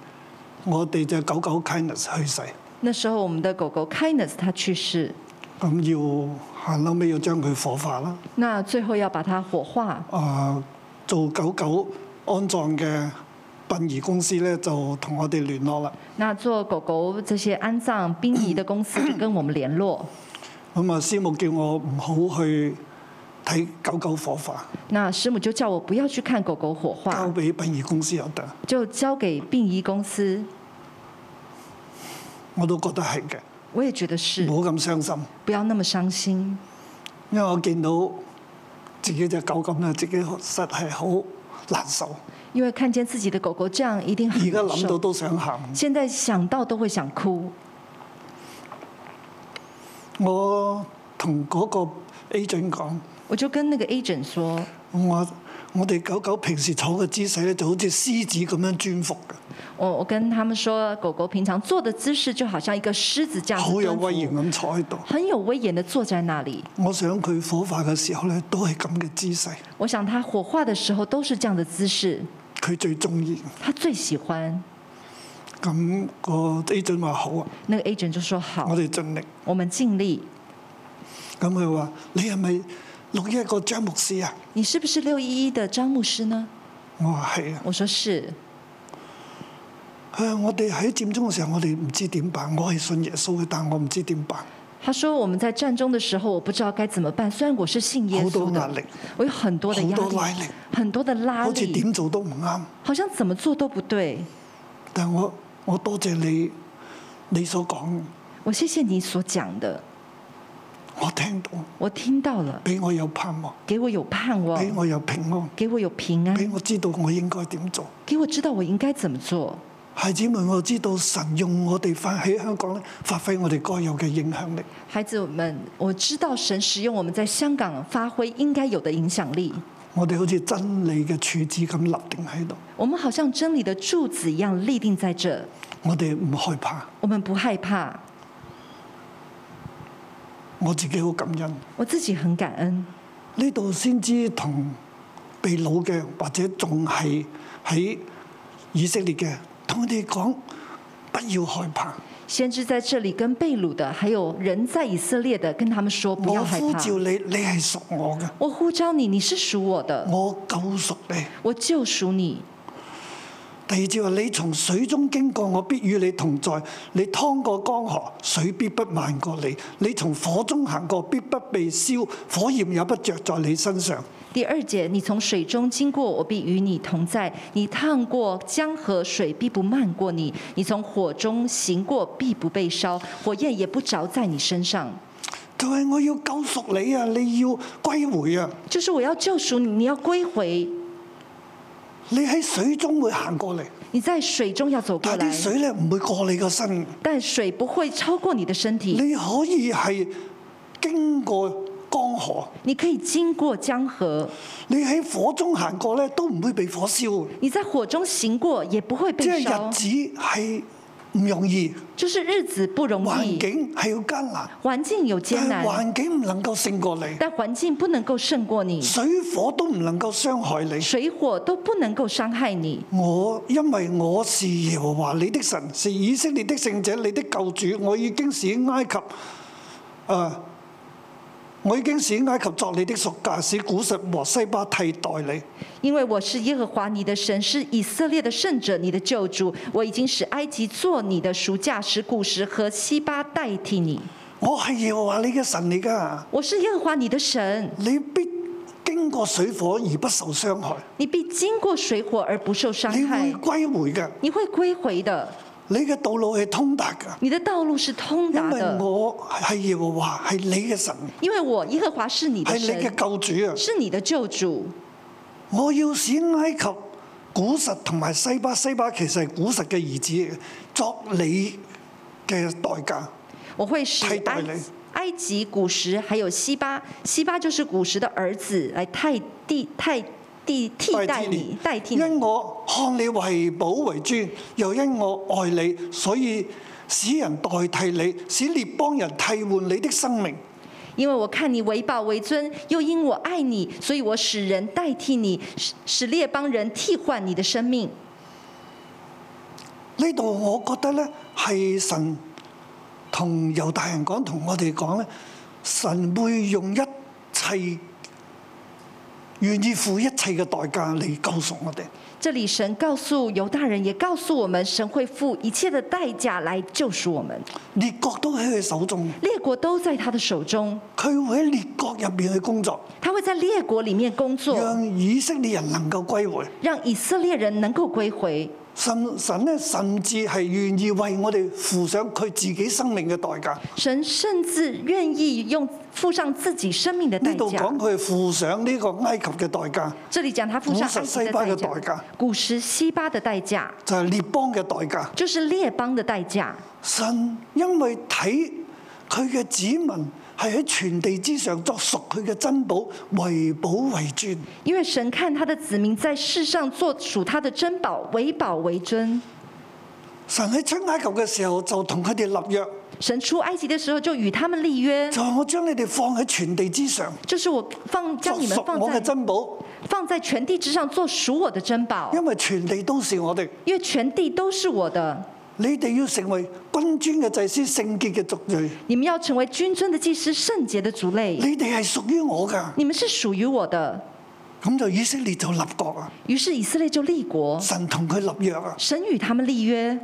[SPEAKER 2] 我哋隻狗狗 Kindness 去世，
[SPEAKER 3] 那時候我們的狗狗 Kindness 它去世，
[SPEAKER 2] 咁要行後尾要將佢火化啦。
[SPEAKER 3] 那最後要把它火化。
[SPEAKER 2] 啊、做狗狗安葬嘅殯儀公司咧，就同我哋聯絡啦。
[SPEAKER 3] 那做狗狗這些安葬、殡儀的公司就跟我們聯絡，
[SPEAKER 2] 咁啊，師母叫我唔好去睇狗狗火化，
[SPEAKER 3] 那师母就叫我不要去看狗狗火化
[SPEAKER 2] 交，俾殯儀公司又得，
[SPEAKER 3] 就交给殡仪公司。
[SPEAKER 2] 我都覺得係嘅，
[SPEAKER 3] 我也觉得是，
[SPEAKER 2] 唔好咁傷心，
[SPEAKER 3] 不要那麼傷心，
[SPEAKER 2] 因為我見到自己隻狗咁咧，自己實係好難受，
[SPEAKER 3] 因为看見自己的狗狗這樣一定
[SPEAKER 2] 而
[SPEAKER 3] 很
[SPEAKER 2] 家
[SPEAKER 3] 難
[SPEAKER 2] 諗到
[SPEAKER 3] 受。
[SPEAKER 2] 都想喊。
[SPEAKER 3] 現在想到都會想哭。
[SPEAKER 2] 我同嗰個 agent 講，
[SPEAKER 3] 我就跟那個 agent 說，
[SPEAKER 2] 我我哋狗狗平時坐嘅姿勢咧，就好似獅子咁樣專服嘅，
[SPEAKER 3] 我我跟他們說，狗狗平常坐的姿勢就好像一個獅子這樣子
[SPEAKER 2] 好有
[SPEAKER 3] 蹲伏
[SPEAKER 2] 威嚴咁坐喺度。
[SPEAKER 3] 很有威嚴的坐在那裡。
[SPEAKER 2] 我想佢火化嘅時候咧，都係咁嘅姿勢，
[SPEAKER 3] 我想它火化的時候都是這樣的姿勢，
[SPEAKER 2] 佢最中意。
[SPEAKER 3] 它最喜歡。
[SPEAKER 2] 咁、個 agent 話好啊，
[SPEAKER 3] 那個 agent 就說好
[SPEAKER 2] 我，哋盡力。
[SPEAKER 3] 我們盡力。
[SPEAKER 2] 咁佢話：你係咪六一個張牧師啊？
[SPEAKER 3] 你是不是六一一的張牧師呢？
[SPEAKER 2] 我話係啊。
[SPEAKER 3] 我說是。
[SPEAKER 2] 佢話我哋喺佔中嘅時候，我哋唔知點辦。我係信耶穌嘅，但我唔知點辦。
[SPEAKER 3] 他說我們在戰中的時候，我不知道該怎麼辦。雖然我是信耶
[SPEAKER 2] 好
[SPEAKER 3] 穌
[SPEAKER 2] 多壓
[SPEAKER 3] 的
[SPEAKER 2] 力，
[SPEAKER 3] 我有很多的壓
[SPEAKER 2] 好多拉
[SPEAKER 3] 力
[SPEAKER 2] 力，
[SPEAKER 3] 很多的拉
[SPEAKER 2] 好似
[SPEAKER 3] 力，
[SPEAKER 2] 點做都唔啱。
[SPEAKER 3] 好像怎麼做都不對。
[SPEAKER 2] 但我我多謝你，你所講
[SPEAKER 3] 我謝謝你所講的，
[SPEAKER 2] 我聽到，
[SPEAKER 3] 我聽到了，
[SPEAKER 2] 俾我有盼望，
[SPEAKER 3] 給我有盼望，
[SPEAKER 2] 俾我有平安，
[SPEAKER 3] 給我有平
[SPEAKER 2] 俾
[SPEAKER 3] 安，
[SPEAKER 2] 我知道我應該點做。
[SPEAKER 3] 給我知道我應該怎麼做。
[SPEAKER 2] 孩子們，我知道神用我哋翻喺香港咧，發揮我哋該有嘅影響力。
[SPEAKER 3] 孩子們，我知道神使用我們在香港發揮應該有的影響力。
[SPEAKER 2] 我哋好似真理嘅柱子咁立定喺度，
[SPEAKER 3] 我們好像真理的柱子一樣立定在這，
[SPEAKER 2] 我哋唔害怕。
[SPEAKER 3] 我們不害怕。
[SPEAKER 2] 我自己好感恩，
[SPEAKER 3] 我自己很感恩，
[SPEAKER 2] 呢度先知同被擄嘅或者仲係喺以色列嘅，同佢哋講不要害怕。
[SPEAKER 3] 先知在這裡跟被掳的，還有人在以色列的，跟他們說不要
[SPEAKER 2] 我
[SPEAKER 3] 害
[SPEAKER 2] 呼
[SPEAKER 3] 怕。
[SPEAKER 2] 召你，你係屬我嘅，
[SPEAKER 3] 我呼召你，你是屬我的，
[SPEAKER 2] 我救贖你。
[SPEAKER 3] 我救赎你。
[SPEAKER 2] 第二節話：你從水中經過，我必與你同在；你趟過江河，水必不漫過你；你從火中行過，必不被燒，火焰也不着在你身上。
[SPEAKER 3] 第二節，你從水中經過，我必與你同在；你趟過江河，水必不漫过你；你從火中行過，必不被燒，火焰也不着在你身上。
[SPEAKER 2] 就係我要救贖你啊！你要歸回啊！
[SPEAKER 3] 就是我要救赎你，你要歸回，
[SPEAKER 2] 你喺水中會行過嚟，
[SPEAKER 3] 你在水中要走過
[SPEAKER 2] 但係
[SPEAKER 3] 來
[SPEAKER 2] 啲，水咧唔會過你個身。
[SPEAKER 3] 但水不會超過你的身體。
[SPEAKER 2] 你可以係經過江河，
[SPEAKER 3] 你可以經過江河，
[SPEAKER 2] 你喺火中行過咧，都唔會被火燒。
[SPEAKER 3] 你在火中行過，也不會被
[SPEAKER 2] 即係
[SPEAKER 3] 燒。
[SPEAKER 2] 日子係唔容易，
[SPEAKER 3] 就是日子不容
[SPEAKER 2] 環
[SPEAKER 3] 易，
[SPEAKER 2] 境係要艱難。
[SPEAKER 3] 環境有艱
[SPEAKER 2] 但係
[SPEAKER 3] 難，
[SPEAKER 2] 環境唔能夠勝過你，
[SPEAKER 3] 但環境不能夠勝過你，
[SPEAKER 2] 水火都唔能夠傷害你。
[SPEAKER 3] 水火都不能夠傷害你。
[SPEAKER 2] 我因為我是耶和華你的神，是以色列的聖者，你的救主。我已經使埃及，呃我已經使埃及作你的屬價，使古實和西巴替代你。
[SPEAKER 3] 因為我是耶和華你的神，是以色列的圣者，你的救主。我已經使埃及做你的赎价，使古时和西巴代替你。
[SPEAKER 2] 我係耶和華你嘅神嚟㗎，
[SPEAKER 3] 我是耶和華你的神，
[SPEAKER 2] 你必經過水火而不受傷害，
[SPEAKER 3] 你必經過水火而不受傷
[SPEAKER 2] 你會
[SPEAKER 3] 害，
[SPEAKER 2] 歸回㗎。
[SPEAKER 3] 你會歸回的。
[SPEAKER 2] 你嘅道路係通達㗎，
[SPEAKER 3] 你的道路是通
[SPEAKER 2] 因
[SPEAKER 3] 達
[SPEAKER 2] 為
[SPEAKER 3] 的，
[SPEAKER 2] 我係耶和華，係你嘅神，
[SPEAKER 3] 因為我耶和華是你
[SPEAKER 2] 係
[SPEAKER 3] 的
[SPEAKER 2] 你嘅
[SPEAKER 3] 神，
[SPEAKER 2] 救主啊！
[SPEAKER 3] 是你的救主。
[SPEAKER 2] 我要使埃及、古實同埋西巴，西巴其實係古實嘅兒子嚟嘅，作你嘅代價。
[SPEAKER 3] 我會使
[SPEAKER 2] 替代
[SPEAKER 3] 埃
[SPEAKER 2] 你
[SPEAKER 3] 埃及古时还有西巴，西巴就是古时的儿子来代替代替替代你，代替你。
[SPEAKER 2] 因我看你為寶為尊，又因我愛你，所以使人代替你，使列邦人替換你的生命。
[SPEAKER 3] 因为我看你为宝为尊，又因我爱你，所以我使人代替你，使使列邦人替换你的生命。
[SPEAKER 2] 呢度我覺得呢係神同猶大人講，同我哋講呢神會用一切願意付一切嘅代價嚟救贖我哋。
[SPEAKER 3] 这里神告诉犹大人，也告诉我们，神会付一切的代价来救赎我们。
[SPEAKER 2] 列國都喺佢手中，
[SPEAKER 3] 列国都在他的手中，
[SPEAKER 2] 佢會喺列國入面去工作，
[SPEAKER 3] 他会在列国里面工作，
[SPEAKER 2] 讓以色列人能夠歸回。
[SPEAKER 3] 让以色列人能够归回。
[SPEAKER 2] 神神咧，甚至係願意為我哋付上佢自己生命嘅代價。
[SPEAKER 3] 神甚至愿意用付上自己生命的代
[SPEAKER 2] 呢度
[SPEAKER 3] 价
[SPEAKER 2] 講。佢付上呢個埃及嘅代價，
[SPEAKER 3] 这里讲他付
[SPEAKER 2] 古
[SPEAKER 3] 上埃
[SPEAKER 2] 实
[SPEAKER 3] 及
[SPEAKER 2] 西
[SPEAKER 3] 的
[SPEAKER 2] 巴
[SPEAKER 3] 代
[SPEAKER 2] 嘅
[SPEAKER 3] 价，
[SPEAKER 2] 代價
[SPEAKER 3] 古时西巴的代价，
[SPEAKER 2] 就係列邦嘅代價。
[SPEAKER 3] 就是列邦的代价。
[SPEAKER 2] 神因為睇佢嘅子民係喺全地之上作屬佢嘅珍寶，為寶為尊。
[SPEAKER 3] 因为神看他的子民在世上做属他的珍宝，为宝为尊。
[SPEAKER 2] 神喺出埃及嘅時候就同佢哋立約，
[SPEAKER 3] 神出埃及的时候就与他们立约，
[SPEAKER 2] 就係我將你哋放喺全地之上，
[SPEAKER 3] 就是我放
[SPEAKER 2] 作
[SPEAKER 3] 将你们
[SPEAKER 2] 屬
[SPEAKER 3] 放
[SPEAKER 2] 我嘅
[SPEAKER 3] 在
[SPEAKER 2] 珍寶，
[SPEAKER 3] 放在全地之上做属我的珍宝，
[SPEAKER 2] 因為全地都是我哋。
[SPEAKER 3] 因为全地都是我的。
[SPEAKER 2] 你哋要成為君尊嘅祭司，聖潔嘅族裔。
[SPEAKER 3] 你们要成为君尊的祭司，圣洁的族类，
[SPEAKER 2] 你哋係屬於我㗎，
[SPEAKER 3] 你们是属于我的。
[SPEAKER 2] 咁就以色列就立國啊！
[SPEAKER 3] 于是以色列就立国，
[SPEAKER 2] 神同佢立約啊！
[SPEAKER 3] 神与他们立约，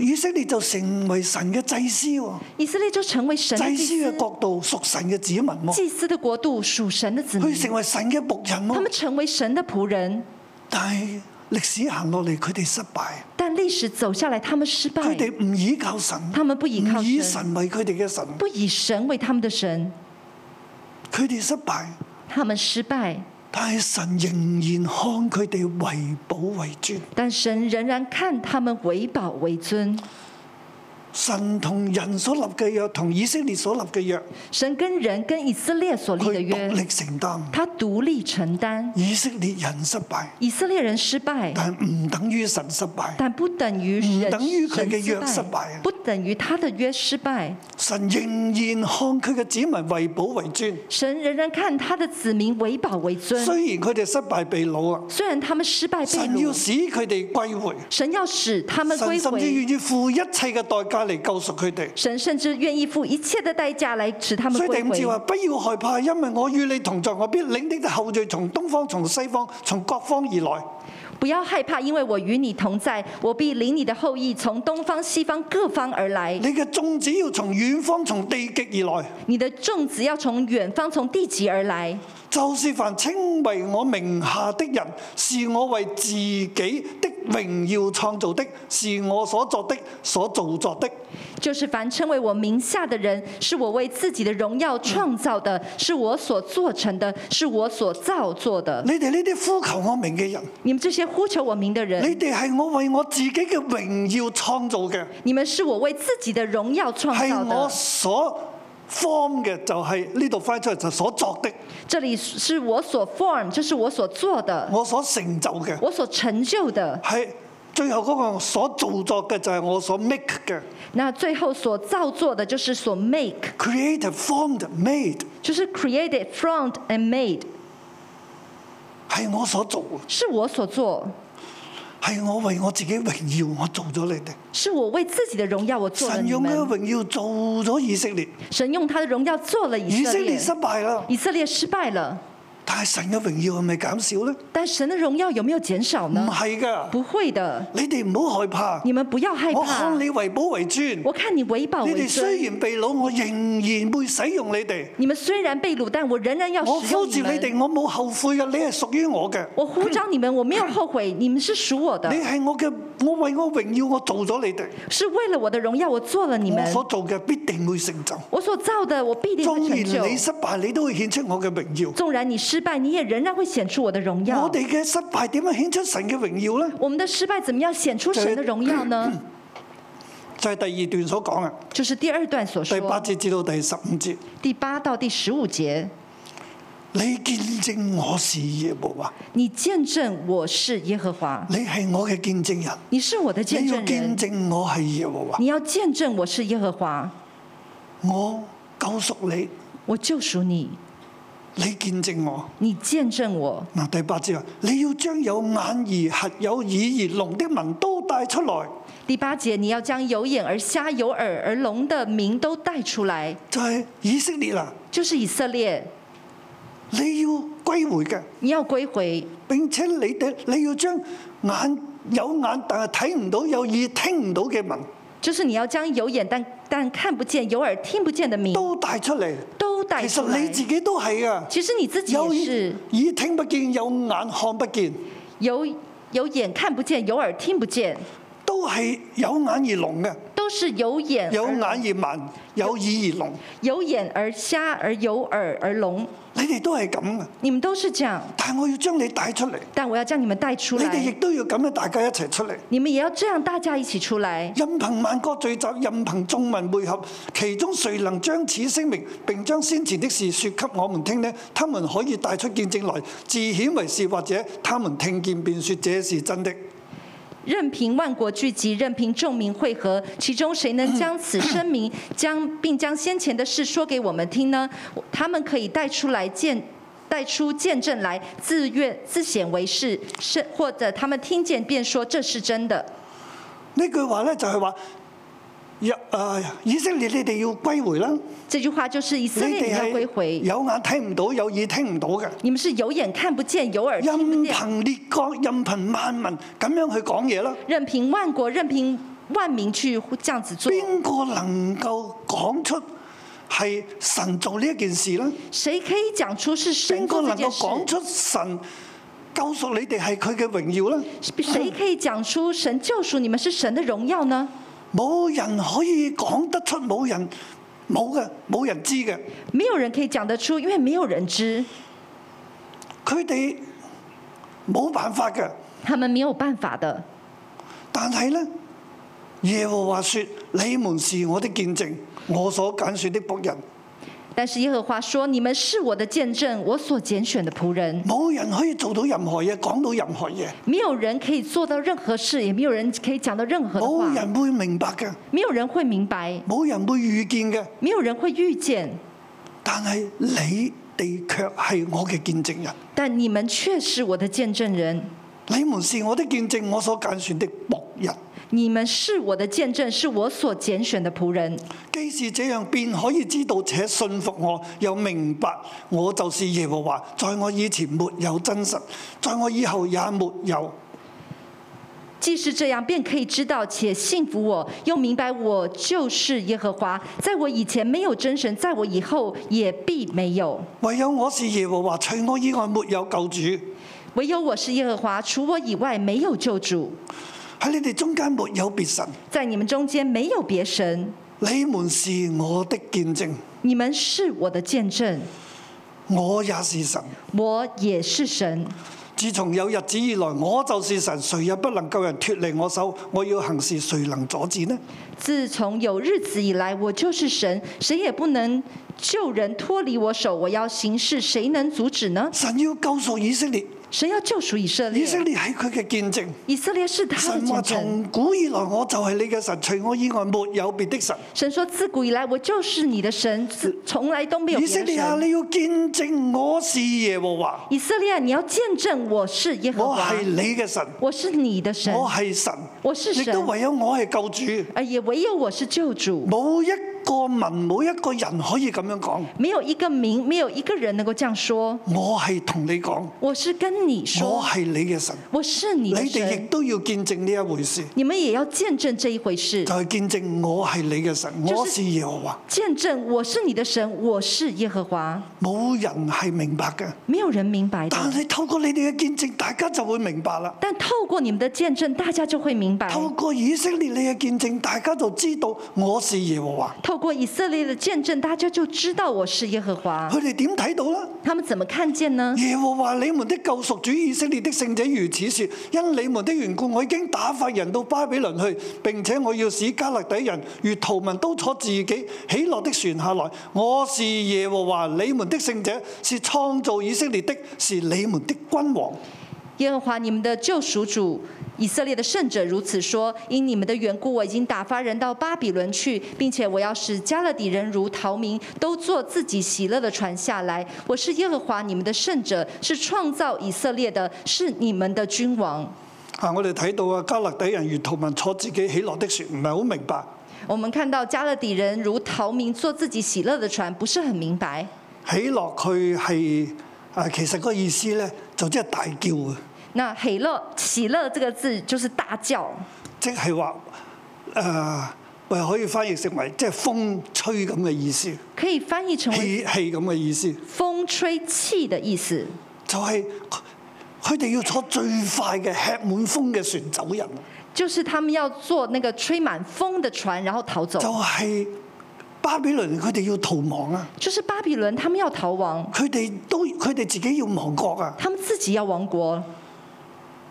[SPEAKER 2] 以色列就成為神嘅祭司喎，
[SPEAKER 3] 以色列就成为神的
[SPEAKER 2] 祭
[SPEAKER 3] 祭
[SPEAKER 2] 司
[SPEAKER 3] 司
[SPEAKER 2] 嘅。國度屬神嘅子民喎，
[SPEAKER 3] 祭司的国度属神的子民，
[SPEAKER 2] 佢成為神嘅仆人
[SPEAKER 3] 嗯他
[SPEAKER 2] 喎
[SPEAKER 3] 们。成为神的仆人，
[SPEAKER 2] 但係歷史行落嚟，佢哋失敗，
[SPEAKER 3] 但历史走下来，他们失败，
[SPEAKER 2] 佢哋唔倚靠神，
[SPEAKER 3] 他們不倚靠
[SPEAKER 2] 唔以
[SPEAKER 3] 神
[SPEAKER 2] 神為佢哋嘅神，
[SPEAKER 3] 不以神为他们的神，
[SPEAKER 2] 佢哋失敗，
[SPEAKER 3] 他们失败，
[SPEAKER 2] 但係神仍然看佢哋為寶為尊。
[SPEAKER 3] 但神仍然看他们为宝为尊。
[SPEAKER 2] 神同人所立嘅約，同以色列所立嘅約，
[SPEAKER 3] 神跟人跟以色列所立的
[SPEAKER 2] 佢獨
[SPEAKER 3] 约
[SPEAKER 2] 力，承擔。
[SPEAKER 3] 他独立承担。
[SPEAKER 2] 以色列人失敗，
[SPEAKER 3] 以色列人失败，
[SPEAKER 2] 但唔等於神失敗。
[SPEAKER 3] 但不等于
[SPEAKER 2] 唔嗯
[SPEAKER 3] 人
[SPEAKER 2] 等於佢嘅約
[SPEAKER 3] 神
[SPEAKER 2] 失敗啊
[SPEAKER 3] 不等于他的约失败。
[SPEAKER 2] 神仍然看佢嘅子民為寶為尊。
[SPEAKER 3] 神仍然看他的子民为宝为尊，
[SPEAKER 2] 雖然佢哋失敗被掳啊，
[SPEAKER 3] 虽然他们失败被
[SPEAKER 2] 神要
[SPEAKER 3] 掳，
[SPEAKER 2] 使佢哋歸回。
[SPEAKER 3] 神要使他们
[SPEAKER 2] 神
[SPEAKER 3] 归
[SPEAKER 2] 甚至
[SPEAKER 3] 回。
[SPEAKER 2] 願意付一切嘅代價嚟救贖佢哋。
[SPEAKER 3] 神甚至愿意付一切的代价来使他们
[SPEAKER 2] 所以
[SPEAKER 3] 归
[SPEAKER 2] 第五節話：
[SPEAKER 3] 回。
[SPEAKER 2] 不要害怕，因為我與你同在，我必領你的後裔從東方、從西方、從各方而來。
[SPEAKER 3] 不要害怕，因为我与你同在，我必领你的后裔从东方、西方各方而来。
[SPEAKER 2] 你嘅眾子要從遠方、從地極而來，
[SPEAKER 3] 你的众子要从远方、从地极而来，
[SPEAKER 2] 就是凡稱為我名下的人，是我為自己的榮耀創造的，是我所作的、所造作的。
[SPEAKER 3] 就是凡称为我名下的人，是我为自己的荣耀创造的，是我所做成的，是我所造作的。
[SPEAKER 2] 你哋呢啲呼求我名嘅人，
[SPEAKER 3] 你们这些呼求我名的人，
[SPEAKER 2] 你哋係我為我自己嘅榮耀創造嘅，
[SPEAKER 3] 你们是我为自己的榮耀創造
[SPEAKER 2] 係我
[SPEAKER 3] 的。
[SPEAKER 2] 所 form 嘅，就係呢度翻出嚟就所作的，
[SPEAKER 3] 这里是我所 form，就是我所做的，
[SPEAKER 2] 我所成就嘅，
[SPEAKER 3] 我所成就的。
[SPEAKER 2] 係最後嗰個所造作嘅就係我所 make 嘅
[SPEAKER 3] 那最後所造作的，就是所 make，
[SPEAKER 2] ，created、formed、made
[SPEAKER 3] 就是 created from and made，
[SPEAKER 2] 係我所做嘅，
[SPEAKER 3] 是我所做，
[SPEAKER 2] 係我為我自己榮耀，我做咗你哋。
[SPEAKER 3] 是我为自己的榮耀我做了
[SPEAKER 2] 神
[SPEAKER 3] 你
[SPEAKER 2] 用佢嘅
[SPEAKER 3] 们。
[SPEAKER 2] 榮耀做咗以色列，
[SPEAKER 3] 神用他的榮耀做了以
[SPEAKER 2] 以
[SPEAKER 3] 色
[SPEAKER 2] 色列
[SPEAKER 3] 列，
[SPEAKER 2] 失敗啦，
[SPEAKER 3] 以色列失敗了，
[SPEAKER 2] 但係神嘅榮耀係咪減少咧？
[SPEAKER 3] 但神的榮耀有沒有減少
[SPEAKER 2] 唔
[SPEAKER 3] 呢？
[SPEAKER 2] 係㗎，
[SPEAKER 3] 不会的，
[SPEAKER 2] 你哋唔好害怕。
[SPEAKER 3] 你们不要嗯害
[SPEAKER 2] 我
[SPEAKER 3] 怕
[SPEAKER 2] 看。你為寶為尊。
[SPEAKER 3] 我看你為寶
[SPEAKER 2] 你
[SPEAKER 3] 為
[SPEAKER 2] 哋雖
[SPEAKER 3] 尊，
[SPEAKER 2] 然被擄，我仍然會使用你哋。
[SPEAKER 3] 你们雖然被掳，但我仍然要
[SPEAKER 2] 我
[SPEAKER 3] 使
[SPEAKER 2] 呼
[SPEAKER 3] 用
[SPEAKER 2] 召
[SPEAKER 3] 你
[SPEAKER 2] 你
[SPEAKER 3] 们。
[SPEAKER 2] 哋，我冇後悔嘅，你係屬於我嘅。
[SPEAKER 3] 我呼召你们，我没有后悔，你们是属我的
[SPEAKER 2] 你，係我嘅，我為我榮耀，我做咗你哋。
[SPEAKER 3] 是为了我的榮耀，我做了你
[SPEAKER 2] 我
[SPEAKER 3] 们，
[SPEAKER 2] 所做嘅必定會成就。
[SPEAKER 3] 我所造的，我必定
[SPEAKER 2] 縱
[SPEAKER 3] 会成就
[SPEAKER 2] 然。你失敗，你都會顯出我嘅榮耀。
[SPEAKER 3] 纵然你失败，你也仍然会显出我的荣耀。
[SPEAKER 2] 我哋嘅失敗點樣顯出神嘅榮耀呢？
[SPEAKER 3] 我们的失败怎么样显出神的荣耀呢？
[SPEAKER 2] 就係第二段所講嘅， 啊
[SPEAKER 3] 就是第二段所
[SPEAKER 2] 第八
[SPEAKER 3] 说，
[SPEAKER 2] 節至到第十五節。
[SPEAKER 3] 第八到第十五节，
[SPEAKER 2] 你見證我是耶和華，
[SPEAKER 3] 你见证我是耶和华，
[SPEAKER 2] 你係我嘅見證人。
[SPEAKER 3] 你是我的见
[SPEAKER 2] 你要
[SPEAKER 3] 证
[SPEAKER 2] 見
[SPEAKER 3] 人，
[SPEAKER 2] 證我係耶和華，
[SPEAKER 3] 你要见证我是耶和华，
[SPEAKER 2] 我救贖你，
[SPEAKER 3] 我救赎你，
[SPEAKER 2] 你見證我。
[SPEAKER 3] 你见证我。
[SPEAKER 2] 嗱，第八節啊，你要將有眼而瞎、有耳而聾的民都帶出來，
[SPEAKER 3] 第八节，你要将有眼而瞎、有耳而聋的民都带出来，
[SPEAKER 2] 就係、以色列啊！
[SPEAKER 3] 就是以色列。
[SPEAKER 2] 你要歸回嘅。
[SPEAKER 3] 你要歸回，
[SPEAKER 2] 並且你哋你要將眼有眼但係睇唔到，有耳聽唔到嘅民
[SPEAKER 3] 就是你要將有眼但但看不見、有耳聽不見的民
[SPEAKER 2] 都帶出嚟。
[SPEAKER 3] 都帶
[SPEAKER 2] 其
[SPEAKER 3] 出
[SPEAKER 2] 實你
[SPEAKER 3] 來。
[SPEAKER 2] 自己都係啊，
[SPEAKER 3] 其實你自己
[SPEAKER 2] 有
[SPEAKER 3] 也是
[SPEAKER 2] 耳聽不見，有眼看不見，
[SPEAKER 3] 有有眼看不見、有耳聽不見，
[SPEAKER 2] 都係有眼而聾嘅，
[SPEAKER 3] 都是有眼
[SPEAKER 2] 有
[SPEAKER 3] 而
[SPEAKER 2] 眼而盲，有耳而聾。
[SPEAKER 3] 有眼而瞎，而有耳而聾。
[SPEAKER 2] 你哋都係咁啊，
[SPEAKER 3] 你們都是這樣，
[SPEAKER 2] 但係我要將你帶出嚟，
[SPEAKER 3] 但我要將你們帶出
[SPEAKER 2] 你哋亦
[SPEAKER 3] 來，
[SPEAKER 2] 都要咁樣大家一齊出嚟。
[SPEAKER 3] 你們也要這樣，大家一起出來。
[SPEAKER 2] 任憑萬國聚集，任憑眾民匯合，其中誰能將此聲明並將先前的事説給我們聽呢？他們可以帶出見證來，自顯為是，或者他們聽見便説這是真的。
[SPEAKER 3] 任凭万国聚集，任凭众民汇合，其中谁能将此声明将并将先前的事说给我们听呢？我他们可以带出来见。带出见证来，自愿自显为是，是或者他们听见便说这是真的。
[SPEAKER 2] 呢句話呢，就係話。入誒以色列，你哋要歸回啦！
[SPEAKER 3] 这句话就是以色
[SPEAKER 2] 你
[SPEAKER 3] 列你
[SPEAKER 2] 哋
[SPEAKER 3] 要归
[SPEAKER 2] 係
[SPEAKER 3] 回，
[SPEAKER 2] 有眼睇唔到，有耳聽唔到嘅。
[SPEAKER 3] 你们是有眼看不见，有耳
[SPEAKER 2] 任
[SPEAKER 3] 听不见。
[SPEAKER 2] 憑列國，任憑萬民咁樣去講嘢啦。
[SPEAKER 3] 任凭万国，任凭万民去这样子做，
[SPEAKER 2] 邊個能夠講出係神做呢一件事呢？
[SPEAKER 3] 谁可以講出是
[SPEAKER 2] 邊
[SPEAKER 3] 神
[SPEAKER 2] 個
[SPEAKER 3] 做這
[SPEAKER 2] 能夠
[SPEAKER 3] 件事？
[SPEAKER 2] 講出神救贖你哋係佢嘅榮耀呢？
[SPEAKER 3] 谁可以講出神救赎你們是神的榮耀呢？
[SPEAKER 2] 冇人可以講得出，冇人冇嘅，冇人知嘅。
[SPEAKER 3] 没有人可以講得出，因為沒有人知，
[SPEAKER 2] 佢哋冇辦法嘅。
[SPEAKER 3] 他們沒有辦法的。
[SPEAKER 2] 但係呢，耶和華說：你們是我的見證，我所揀選的僕人。
[SPEAKER 3] 但是耶和華說：“你們是我的見證，我所揀選的仆人。
[SPEAKER 2] 冇人可以做到任何嘢，講到任何嘢，
[SPEAKER 3] 没有人可以做到任何事，也沒有人可以講到任何的
[SPEAKER 2] 冇
[SPEAKER 3] 話。
[SPEAKER 2] 人會明白嘅，
[SPEAKER 3] 沒有人會明白，
[SPEAKER 2] 冇人會預見嘅。
[SPEAKER 3] 沒有人會遇見，
[SPEAKER 2] 但係你哋卻係我嘅見證人，
[SPEAKER 3] 但你們卻是我的見證人。
[SPEAKER 2] 你們是我的見證，我所揀選的僕人。
[SPEAKER 3] 你們是我的見證，是我所揀選的仆人。”
[SPEAKER 2] 既是這樣，便可以知道且信服我，又明白我就是耶和華。在我以前沒有真實，在我以後也沒有。
[SPEAKER 3] 既是这样，便可以知道且信服我，又明白我就是耶和华。在我以前没有真神，在我以后也必没有。
[SPEAKER 2] 唯有我是耶和華，除我以外沒有救主。
[SPEAKER 3] 唯有我是耶和华，除我以外没有救主，
[SPEAKER 2] 喺你哋中間沒有別神。
[SPEAKER 3] 在你们中间没有别神。
[SPEAKER 2] 你們是我的見證，
[SPEAKER 3] 你们是我的见证，
[SPEAKER 2] 我也是神。
[SPEAKER 3] 我也是神。
[SPEAKER 2] 自從有日子以來，我就是神，誰也不能救人脱離我手。我要行事，誰能阻止呢？
[SPEAKER 3] 自从有日子以来，我就是神，谁也不能救人脱离我手。我要行事，谁能阻止呢？
[SPEAKER 2] 神要救贖以色列，
[SPEAKER 3] 神要救赎以色列
[SPEAKER 2] 以，色列係佢嘅見證。
[SPEAKER 3] 以色列是他的
[SPEAKER 2] 神
[SPEAKER 3] 见
[SPEAKER 2] 話
[SPEAKER 3] 证。
[SPEAKER 2] 從古以來我就係你嘅神，除我以外沒有別的神。
[SPEAKER 3] 神说：“自古以来，我就是你的神，自从来都没有
[SPEAKER 2] 以
[SPEAKER 3] 别
[SPEAKER 2] 色
[SPEAKER 3] 的
[SPEAKER 2] 列啊，
[SPEAKER 3] 神。
[SPEAKER 2] 你要見證我是耶和華，
[SPEAKER 3] 以色列啊，你要见证我是耶和
[SPEAKER 2] 我
[SPEAKER 3] 华
[SPEAKER 2] 係，你嘅神，
[SPEAKER 3] 我是你的神，
[SPEAKER 2] 我係神，
[SPEAKER 3] 我是
[SPEAKER 2] 亦
[SPEAKER 3] 神
[SPEAKER 2] 都唯有我係救主。
[SPEAKER 3] 啊而也唯有我是救主。
[SPEAKER 2] 冇一個民，冇一個人可以咁樣講。
[SPEAKER 3] 没有一个名，没有一个人能够这样说。
[SPEAKER 2] 我係同你講，
[SPEAKER 3] 我是跟你
[SPEAKER 2] 我
[SPEAKER 3] 说，
[SPEAKER 2] 係你嘅神。
[SPEAKER 3] 我是你
[SPEAKER 2] 你
[SPEAKER 3] 的
[SPEAKER 2] 哋亦
[SPEAKER 3] 神。
[SPEAKER 2] 都要見證呢一回事，
[SPEAKER 3] 你们也要见证这一回事
[SPEAKER 2] 就，係見證我係你嘅神，
[SPEAKER 3] 就是
[SPEAKER 2] 我是耶和華。
[SPEAKER 3] 见证我是你的神，我是耶和华。
[SPEAKER 2] 冇人係明白嘅，
[SPEAKER 3] 没有人明白
[SPEAKER 2] 但
[SPEAKER 3] 的，
[SPEAKER 2] 係透過你哋嘅見證，大家就會明白啦。
[SPEAKER 3] 但透过你们的见证，大家就会明白。
[SPEAKER 2] 透過以色列你嘅見證，大家就知道我是耶和華。
[SPEAKER 3] 透过以色列的见证，大家就知道我是耶和华。
[SPEAKER 2] 佢哋點睇到啦？
[SPEAKER 3] 他们怎么看见呢？
[SPEAKER 2] 耶和華你們的救贖主以色列的聖者如此說：因你們的緣故，我已經打發人到巴比倫去，並且我要使加勒底人如逃民都坐自己喜樂的船下來。我是耶和華你們的聖者，是創造以色列的，是你們的君王。
[SPEAKER 3] 耶和华你们的救赎主。以色列的圣者如此说：因你们的缘故，我已经打发人到巴比伦去，并且我要使加勒底人如逃民，都坐自己喜乐的船下来。我是耶和华你们的圣者，是创造以色列的，是你们的君王。
[SPEAKER 2] 啊！我哋睇到啊，加勒底人如逃民坐自己喜樂的船，唔係好明白。
[SPEAKER 3] 我们看到加勒底人如逃民，坐自己喜乐的船，不是很明白。
[SPEAKER 2] 喜樂佢係啊，其實個意思咧就即係大叫啊，
[SPEAKER 3] 那喜乐喜乐这个字就是大叫，
[SPEAKER 2] 即係話誒，喂、可以翻譯成為即係風吹咁嘅意思，
[SPEAKER 3] 可以翻译成为
[SPEAKER 2] 氣氣咁嘅意思，
[SPEAKER 3] 风吹气的意思。
[SPEAKER 2] 就係佢佢哋要坐最快嘅吃滿風嘅船走人，
[SPEAKER 3] 就是他们要坐那个吹满风的船，然后逃走
[SPEAKER 2] 就。係、巴比倫佢哋要逃亡啊，
[SPEAKER 3] 就是巴比伦，他们要逃亡，
[SPEAKER 2] 佢哋都佢哋自己要亡國啊，
[SPEAKER 3] 他们自己要亡国，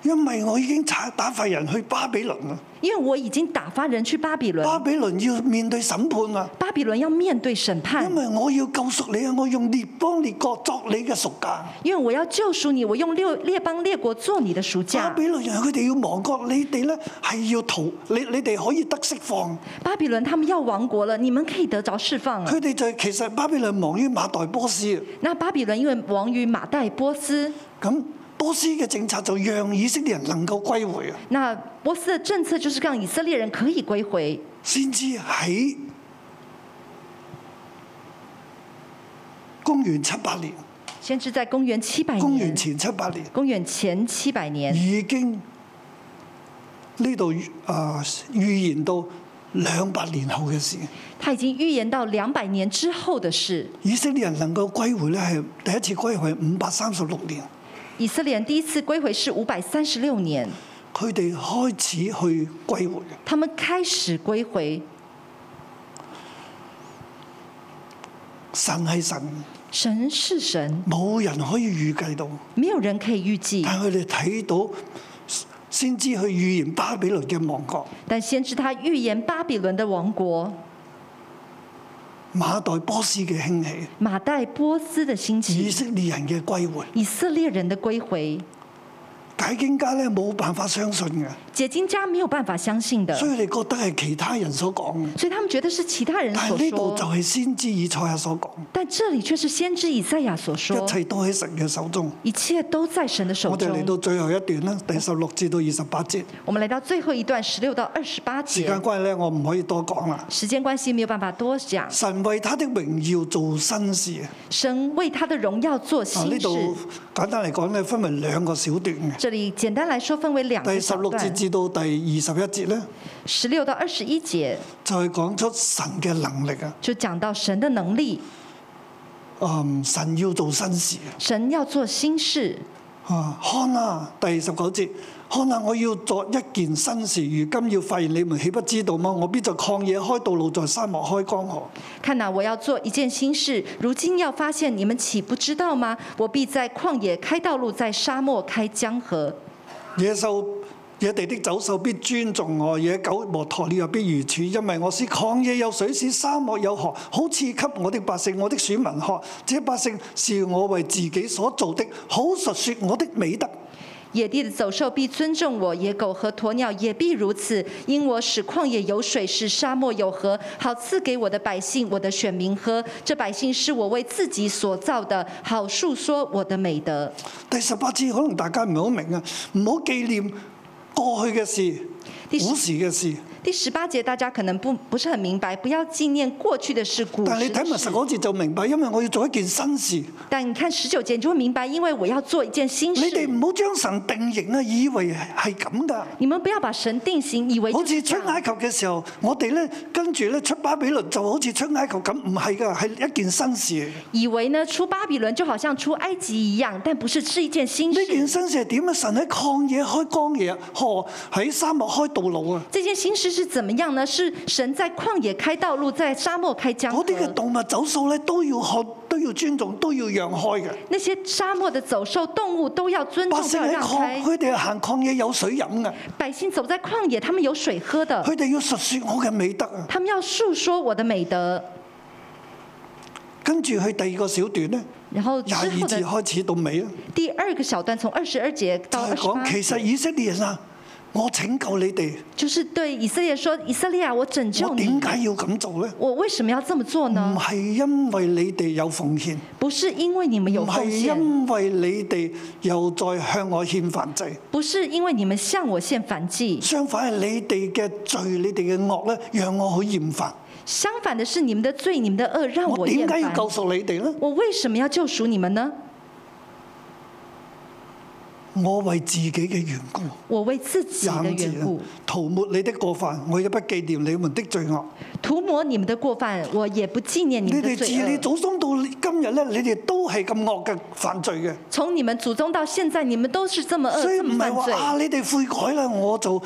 [SPEAKER 2] 因為我已經打打發人去巴比倫啦，
[SPEAKER 3] 因为我已经打发人去巴比伦，
[SPEAKER 2] 巴比倫要面對審判啦。
[SPEAKER 3] 巴比伦要面对审判
[SPEAKER 2] 因，為我要救贖你啊！我用列邦列國作你嘅贖價。
[SPEAKER 3] 因为我要救赎你，我用列列邦列国做你的赎
[SPEAKER 2] 巴
[SPEAKER 3] 价。
[SPEAKER 2] 比倫人佢哋要亡國，你哋咧係要逃，你你哋可以得釋放。
[SPEAKER 3] 巴比伦他们要亡国了，你们可以得着释放啊
[SPEAKER 2] 佢。哋就其實巴比倫亡於馬代波斯，
[SPEAKER 3] 那巴比伦因为亡于马代波斯，
[SPEAKER 2] 咁波斯嘅政策就讓以色列人能夠歸回啊！
[SPEAKER 3] 那波斯的政策就是让以色列人可以归回。
[SPEAKER 2] 先知喺公元七百年，
[SPEAKER 3] 先知在公元七百年，
[SPEAKER 2] 公元前七百年
[SPEAKER 3] 公元前七百年
[SPEAKER 2] 已經呢度啊預言到兩百年後嘅事。
[SPEAKER 3] 他已经预言到两百年之后的事。
[SPEAKER 2] 以色列人能夠歸回咧，係第一次歸回五百三十六年，
[SPEAKER 3] 以色列人第一次归回是五百三十六年，
[SPEAKER 2] 佢哋開始去歸回。
[SPEAKER 3] 他们开始归回。
[SPEAKER 2] 神係神，
[SPEAKER 3] 神是神，
[SPEAKER 2] 冇人可以預計到，
[SPEAKER 3] 没有人可以预计。
[SPEAKER 2] 但佢哋睇到先知去預言巴比倫嘅亡國、
[SPEAKER 3] 但先知他预言巴比伦的王国、
[SPEAKER 2] 馬代波斯嘅興起、
[SPEAKER 3] 马代波斯的兴
[SPEAKER 2] 以
[SPEAKER 3] 起、
[SPEAKER 2] 色列人嘅歸回。
[SPEAKER 3] 以色列人的归回。
[SPEAKER 2] 解經家咧冇辦法相信嘅，
[SPEAKER 3] 解经家没有办法相信的，
[SPEAKER 2] 所以佢哋覺得係其他人所講嘅。
[SPEAKER 3] 所以他们觉得是其他人
[SPEAKER 2] 但
[SPEAKER 3] 嗯所
[SPEAKER 2] 係呢度就
[SPEAKER 3] 说。
[SPEAKER 2] 係先知以賽亞所講，
[SPEAKER 3] 但这里却是先知以赛亚所说
[SPEAKER 2] 一，切都喺神嘅手中。
[SPEAKER 3] 一切都在神的手
[SPEAKER 2] 我哋嚟到
[SPEAKER 3] 中。
[SPEAKER 2] 最後一段
[SPEAKER 3] 嗯
[SPEAKER 2] 啦，第十六至到二十八節。
[SPEAKER 3] 我们来到最后一段十六到二十八
[SPEAKER 2] 時
[SPEAKER 3] 节
[SPEAKER 2] 間。關係咧，我唔可以多講啦。
[SPEAKER 3] 时间关系，没有办法多讲。
[SPEAKER 2] 神為他的榮耀做新事。
[SPEAKER 3] 神为他的荣耀做
[SPEAKER 2] 啊，呢
[SPEAKER 3] 新事
[SPEAKER 2] 度。簡單嚟講咧，分為兩個小段嘅。
[SPEAKER 3] 这里简单来说分为两
[SPEAKER 2] 第
[SPEAKER 3] 个
[SPEAKER 2] 十
[SPEAKER 3] 小
[SPEAKER 2] 六節
[SPEAKER 3] 段，
[SPEAKER 2] 至到第二十一節咧，
[SPEAKER 3] 十六到二十一节
[SPEAKER 2] 就係、講出神嘅能力啊。
[SPEAKER 3] 就讲到神的能力，
[SPEAKER 2] 嗯，神要做新事啊。
[SPEAKER 3] 神要做新事。
[SPEAKER 2] 啊，看啊，第十九節，看啊，我要作一件新事，如今要發現你們豈不知道嗎？我必在曠野開道路，在沙漠開江河。
[SPEAKER 3] 看哪、我要做一件新事，如今要发现，你们岂不知道吗？我必在旷野开道路，在沙漠开江河。
[SPEAKER 2] 野獸野地的走獸必尊重我，野狗和鴕鳥又必如此，因為我是曠野有水，使沙漠有河，好賜給我的百姓，我的選民喝。這百姓是我為自己所做的，好述說我的美德。
[SPEAKER 3] 野地的走兽必尊重我，野狗和鸵鸟也必如此，因我使旷野有水，使沙漠有河，好赐给我的百姓，我的选民喝。这百姓是我为自己所造的，好述说我的美德。
[SPEAKER 2] 第十八節可能大家唔係好明啊，唔好紀念過去嘅事、
[SPEAKER 3] 第十
[SPEAKER 2] 古時嘅事，
[SPEAKER 3] 第十八节大家可能不不是很明白，不要纪念过去的事，古
[SPEAKER 2] 但係
[SPEAKER 3] 时
[SPEAKER 2] 你睇
[SPEAKER 3] 的
[SPEAKER 2] 埋
[SPEAKER 3] 事
[SPEAKER 2] 十。九節就明白，因為我要做一件新事。
[SPEAKER 3] 但你看十九节，你就会明白，因为我要做一件新
[SPEAKER 2] 你哋
[SPEAKER 3] 事。
[SPEAKER 2] 唔好將神定型啊，以為係咁㗎。
[SPEAKER 3] 你们不要把神定型，以为
[SPEAKER 2] 好
[SPEAKER 3] 就
[SPEAKER 2] 似
[SPEAKER 3] 是
[SPEAKER 2] 出
[SPEAKER 3] 这
[SPEAKER 2] 埃
[SPEAKER 3] 样。
[SPEAKER 2] 及嘅時候，我哋咧跟住咧出巴比倫就好似出埃及咁，唔係㗎，係一件新事嚟嘅。
[SPEAKER 3] 以为呢出巴比伦就好像出埃及一样，但不是，是一件新
[SPEAKER 2] 呢件
[SPEAKER 3] 事。
[SPEAKER 2] 新事係點啊？神喺曠野開江野河，喺沙漠開道路啊！
[SPEAKER 3] 这件新事是怎么样呢？是神在旷野开道路，在沙漠开江河
[SPEAKER 2] 嗰。啲嘅動物走數咧都要學，都要尊重，都要讓開嘅。
[SPEAKER 3] 那些沙漠的走兽、动物都要尊
[SPEAKER 2] 百
[SPEAKER 3] 重，不
[SPEAKER 2] 姓
[SPEAKER 3] 要
[SPEAKER 2] 喺嗯
[SPEAKER 3] 让
[SPEAKER 2] 曠，
[SPEAKER 3] 开。
[SPEAKER 2] 佢哋行曠野有水飲嘅，
[SPEAKER 3] 百姓走在旷野，他们有水喝的，
[SPEAKER 2] 佢哋要述説我嘅美德啊！
[SPEAKER 3] 他们要述说我的美德。
[SPEAKER 2] 跟住去第二個小段咧，
[SPEAKER 3] 然后之
[SPEAKER 2] 廿二
[SPEAKER 3] 后
[SPEAKER 2] 節開始
[SPEAKER 3] 的
[SPEAKER 2] 到尾啦，
[SPEAKER 3] 第二个小段，从二十二节
[SPEAKER 2] 嗯就
[SPEAKER 3] 到
[SPEAKER 2] 係
[SPEAKER 3] 二十
[SPEAKER 2] 講其
[SPEAKER 3] 八，
[SPEAKER 2] 實以色列人啊，我拯救你哋，
[SPEAKER 3] 就是对以色列说：“以色列啊，我拯救
[SPEAKER 2] 我點
[SPEAKER 3] 你，
[SPEAKER 2] 解要咁做咧？
[SPEAKER 3] 我为什么要这么做
[SPEAKER 2] 唔
[SPEAKER 3] 呢？
[SPEAKER 2] 係因為你哋有奉獻，
[SPEAKER 3] 不是因为你们有
[SPEAKER 2] 唔係啊
[SPEAKER 3] 奉献，
[SPEAKER 2] 因為你哋又再向我獻燔祭，
[SPEAKER 3] 不是因为你们向我献燔祭，
[SPEAKER 2] 相反係你哋嘅罪、你哋嘅惡咧，讓我好厭煩。
[SPEAKER 3] 相反的是你们的罪、你们的恶让
[SPEAKER 2] 我
[SPEAKER 3] 厌
[SPEAKER 2] 點解要
[SPEAKER 3] 烦。
[SPEAKER 2] 救贖你哋咧？
[SPEAKER 3] 我为什么要救赎你们呢？
[SPEAKER 2] 我為自己嘅緣故。
[SPEAKER 3] 我为自己
[SPEAKER 2] 廿五
[SPEAKER 3] 的缘
[SPEAKER 2] 節啊
[SPEAKER 3] 故，
[SPEAKER 2] 塗抹你的過犯，我也不紀念你們的罪惡。
[SPEAKER 3] 涂抹你们的过犯，我也不纪念你
[SPEAKER 2] 你
[SPEAKER 3] 们
[SPEAKER 2] 哋
[SPEAKER 3] 的
[SPEAKER 2] 自
[SPEAKER 3] 罪
[SPEAKER 2] 你
[SPEAKER 3] 恶。
[SPEAKER 2] 祖宗到今日咧，你哋都係咁惡嘅犯罪嘅。
[SPEAKER 3] 从你们祖宗到现在，你们都是这么恶，
[SPEAKER 2] 所以
[SPEAKER 3] 这
[SPEAKER 2] 唔
[SPEAKER 3] 么
[SPEAKER 2] 係
[SPEAKER 3] 呃犯
[SPEAKER 2] 話
[SPEAKER 3] 罪。
[SPEAKER 2] 啊，你哋悔改啦，我就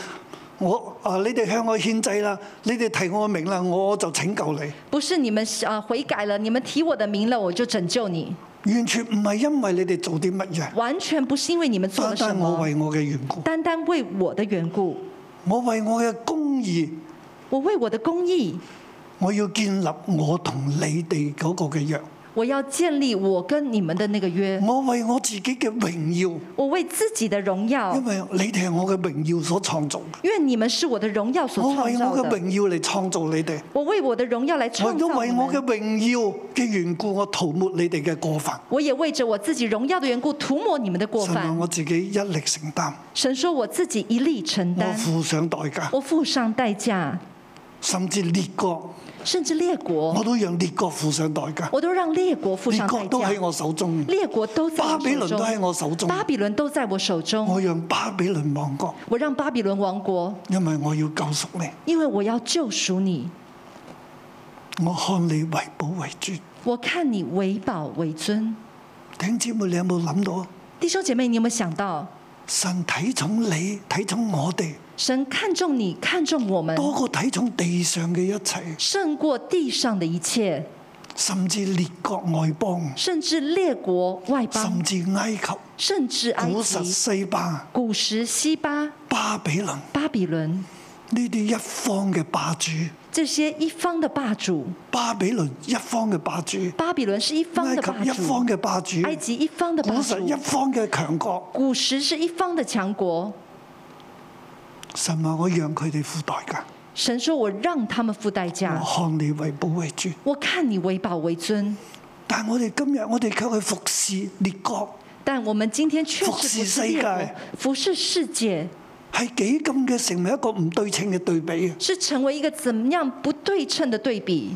[SPEAKER 2] 我啊，你哋向我獻祭啦，你哋提我名啦，我就拯救你。
[SPEAKER 3] 不是你们啊悔改了，你们提我的名了，我就拯救你，
[SPEAKER 2] 完全唔係因為你哋做啲乜嘢，
[SPEAKER 3] 完全不是因为你们做
[SPEAKER 2] 單
[SPEAKER 3] 了什
[SPEAKER 2] 單我
[SPEAKER 3] 么，
[SPEAKER 2] 為我嘅緣故，
[SPEAKER 3] 单单为我的缘故，
[SPEAKER 2] 我為我嘅公義，
[SPEAKER 3] 我为我的公义，
[SPEAKER 2] 我要建立我同你哋嗰個嘅約，
[SPEAKER 3] 我要建立我跟你们的那个约，
[SPEAKER 2] 我為我自己嘅榮
[SPEAKER 3] 我为自己的荣
[SPEAKER 2] 耀，
[SPEAKER 3] 耀
[SPEAKER 2] 因，為你哋係我嘅榮耀所創造嘅，
[SPEAKER 3] 愿你们是我的荣耀所
[SPEAKER 2] 我
[SPEAKER 3] 创
[SPEAKER 2] 為
[SPEAKER 3] 造
[SPEAKER 2] 我嘅
[SPEAKER 3] 的。
[SPEAKER 2] 榮耀嚟創造你哋。
[SPEAKER 3] 我为我的荣耀来
[SPEAKER 2] 我
[SPEAKER 3] 创
[SPEAKER 2] 亦都
[SPEAKER 3] 造
[SPEAKER 2] 為
[SPEAKER 3] 你
[SPEAKER 2] 我嘅
[SPEAKER 3] 们，
[SPEAKER 2] 榮耀嘅緣故，我塗抹你哋嘅過犯，
[SPEAKER 3] 我也为着我自己荣耀的缘故涂抹你们的过
[SPEAKER 2] 神啊話
[SPEAKER 3] 犯。
[SPEAKER 2] 我自己一力承擔，
[SPEAKER 3] 神说我自己一力承
[SPEAKER 2] 我
[SPEAKER 3] 担，
[SPEAKER 2] 付上代價，
[SPEAKER 3] 我付上代价，
[SPEAKER 2] 甚至列國
[SPEAKER 3] 甚至列
[SPEAKER 2] 我
[SPEAKER 3] 国，
[SPEAKER 2] 都讓列國付上代價，
[SPEAKER 3] 我都让列国付
[SPEAKER 2] 列
[SPEAKER 3] 上代
[SPEAKER 2] 國都喺
[SPEAKER 3] 价。
[SPEAKER 2] 我手中，
[SPEAKER 3] 列国都在
[SPEAKER 2] 巴
[SPEAKER 3] 我
[SPEAKER 2] 比
[SPEAKER 3] 手
[SPEAKER 2] 倫都喺
[SPEAKER 3] 中，
[SPEAKER 2] 我手中，
[SPEAKER 3] 巴比伦都在我手中。
[SPEAKER 2] 我讓巴比倫亡國，
[SPEAKER 3] 我让巴比伦王国，
[SPEAKER 2] 因為我要救贖你，
[SPEAKER 3] 因为我要救赎你。
[SPEAKER 2] 我看你為寶為尊。
[SPEAKER 3] 我看你为宝为尊，
[SPEAKER 2] 弟兄姊妹，你有冇諗到啊？
[SPEAKER 3] 弟兄姐妹，你有没有想到，
[SPEAKER 2] 神睇重你，睇重我哋，
[SPEAKER 3] 神看重你，看重我们，
[SPEAKER 2] 多過睇重地上嘅一切，
[SPEAKER 3] 胜过地上的一切，
[SPEAKER 2] 甚至列國外邦，
[SPEAKER 3] 甚至列国外
[SPEAKER 2] 甚
[SPEAKER 3] 邦，
[SPEAKER 2] 至埃及。
[SPEAKER 3] 甚至埃
[SPEAKER 2] 古實
[SPEAKER 3] 及、
[SPEAKER 2] 西巴、
[SPEAKER 3] 古时西巴、
[SPEAKER 2] 巴比倫呢
[SPEAKER 3] 巴比伦
[SPEAKER 2] 啲一方嘅霸主，
[SPEAKER 3] 这些一方的霸主，
[SPEAKER 2] 巴比倫一方嘅霸主，
[SPEAKER 3] 巴比伦是一方
[SPEAKER 2] 埃
[SPEAKER 3] 的
[SPEAKER 2] 及
[SPEAKER 3] 霸
[SPEAKER 2] 一方
[SPEAKER 3] 主，
[SPEAKER 2] 嘅霸主，
[SPEAKER 3] 埃及一方的
[SPEAKER 2] 古
[SPEAKER 3] 霸
[SPEAKER 2] 實一
[SPEAKER 3] 主，
[SPEAKER 2] 方嘅強國。
[SPEAKER 3] 古时是一方的强国。
[SPEAKER 2] 神話我讓佢哋付代價，
[SPEAKER 3] 神说：“我让他们付代价
[SPEAKER 2] 我，看你為寶為主。
[SPEAKER 3] 我看你为宝为尊。
[SPEAKER 2] 但我哋今日我哋卻去服侍列國，
[SPEAKER 3] 但我们今天确实不
[SPEAKER 2] 服侍世
[SPEAKER 3] 是
[SPEAKER 2] 界
[SPEAKER 3] 列国，服侍世界
[SPEAKER 2] 係幾咁嘅成為一個唔對稱嘅對比啊！
[SPEAKER 3] 是成为一个怎么样不对称的对比。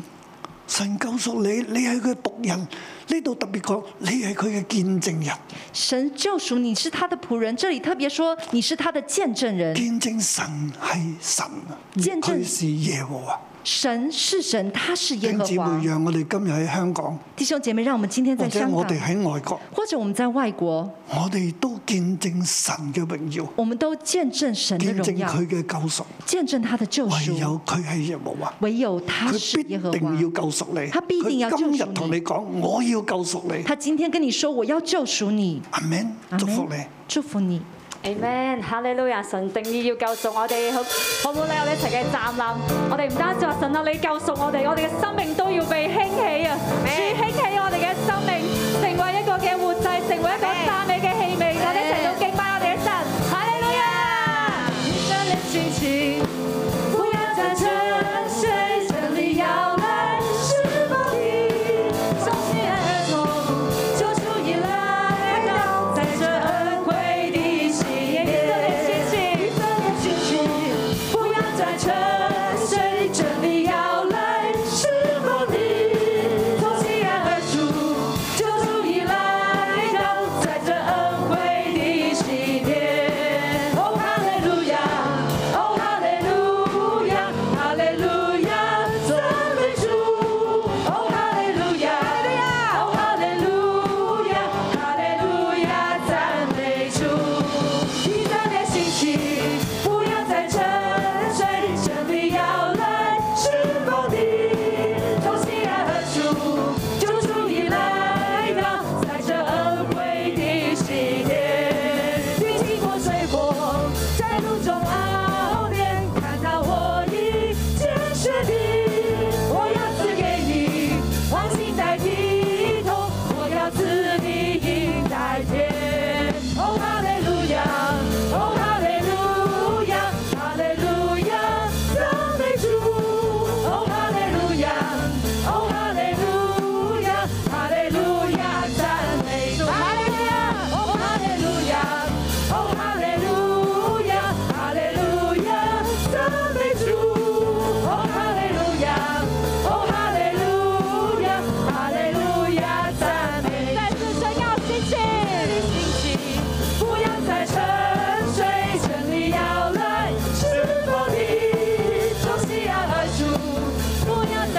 [SPEAKER 2] 神救贖你，你係佢仆人。呢度特別講，你係佢嘅見證人，
[SPEAKER 3] 神救赎你是他的仆人，这里特别说你是他的见证人。
[SPEAKER 2] 見證神係神啊，而
[SPEAKER 3] 見證
[SPEAKER 2] 佢是耶和華。
[SPEAKER 3] 神是神，他是
[SPEAKER 2] 弟
[SPEAKER 3] 耶
[SPEAKER 2] 兄
[SPEAKER 3] 和
[SPEAKER 2] 姊妹，
[SPEAKER 3] 华。
[SPEAKER 2] 讓我哋今日喺香港，
[SPEAKER 3] 弟兄姐妹，让我们今天
[SPEAKER 2] 或
[SPEAKER 3] 在
[SPEAKER 2] 者
[SPEAKER 3] 香
[SPEAKER 2] 我
[SPEAKER 3] 港，
[SPEAKER 2] 哋喺外國，
[SPEAKER 3] 或者我们在外国，
[SPEAKER 2] 我哋都見證神嘅榮耀，
[SPEAKER 3] 我们都见证神的
[SPEAKER 2] 見
[SPEAKER 3] 荣
[SPEAKER 2] 證
[SPEAKER 3] 耀，
[SPEAKER 2] 佢嘅救贖。
[SPEAKER 3] 见证他的救赎
[SPEAKER 2] 唯。有佢係耶和華，
[SPEAKER 3] 唯有他是
[SPEAKER 2] 佢必
[SPEAKER 3] 耶和
[SPEAKER 2] 定
[SPEAKER 3] 华
[SPEAKER 2] 要。救贖你。
[SPEAKER 3] 他必定要
[SPEAKER 2] 佢今
[SPEAKER 3] 救贖
[SPEAKER 2] 日
[SPEAKER 3] 你
[SPEAKER 2] 同你講，我要救贖你。
[SPEAKER 3] 他今天跟你说：我要救赎你。
[SPEAKER 2] 阿 Man，
[SPEAKER 3] 阿
[SPEAKER 2] 祝
[SPEAKER 3] 门
[SPEAKER 2] 福你。
[SPEAKER 3] 祝福你。
[SPEAKER 4] Amen，哈利路亞！神定義要救贖我哋，好好唔好咧？我哋一齊嘅站立，我哋唔單止話神啊，你救贖我哋，我哋嘅生命都要被興起啊！主興起我哋嘅生命，成為一個嘅活祭，成為一個讚美嘅氣味。我哋一齊到敬拜我哋嘅神，哈利路亞！將你心情，不要再沉睡，这里搖籃是否你？從昔而從，救主已來到，在這恩惠的喜宴。以色列群群，不要再沉睡，真理要来，是否你？從昔而出，救主已來到，在這恩惠的喜宴。哦，哈利路亞，哦，哈利路亞，哈利路亞，讚美主。哦，哈利路亞，哦，哈利路亞，哈利路亞，讚美主。以色列興起，不要再沉睡，真理
[SPEAKER 5] Oh, Oh, Oh, Oh,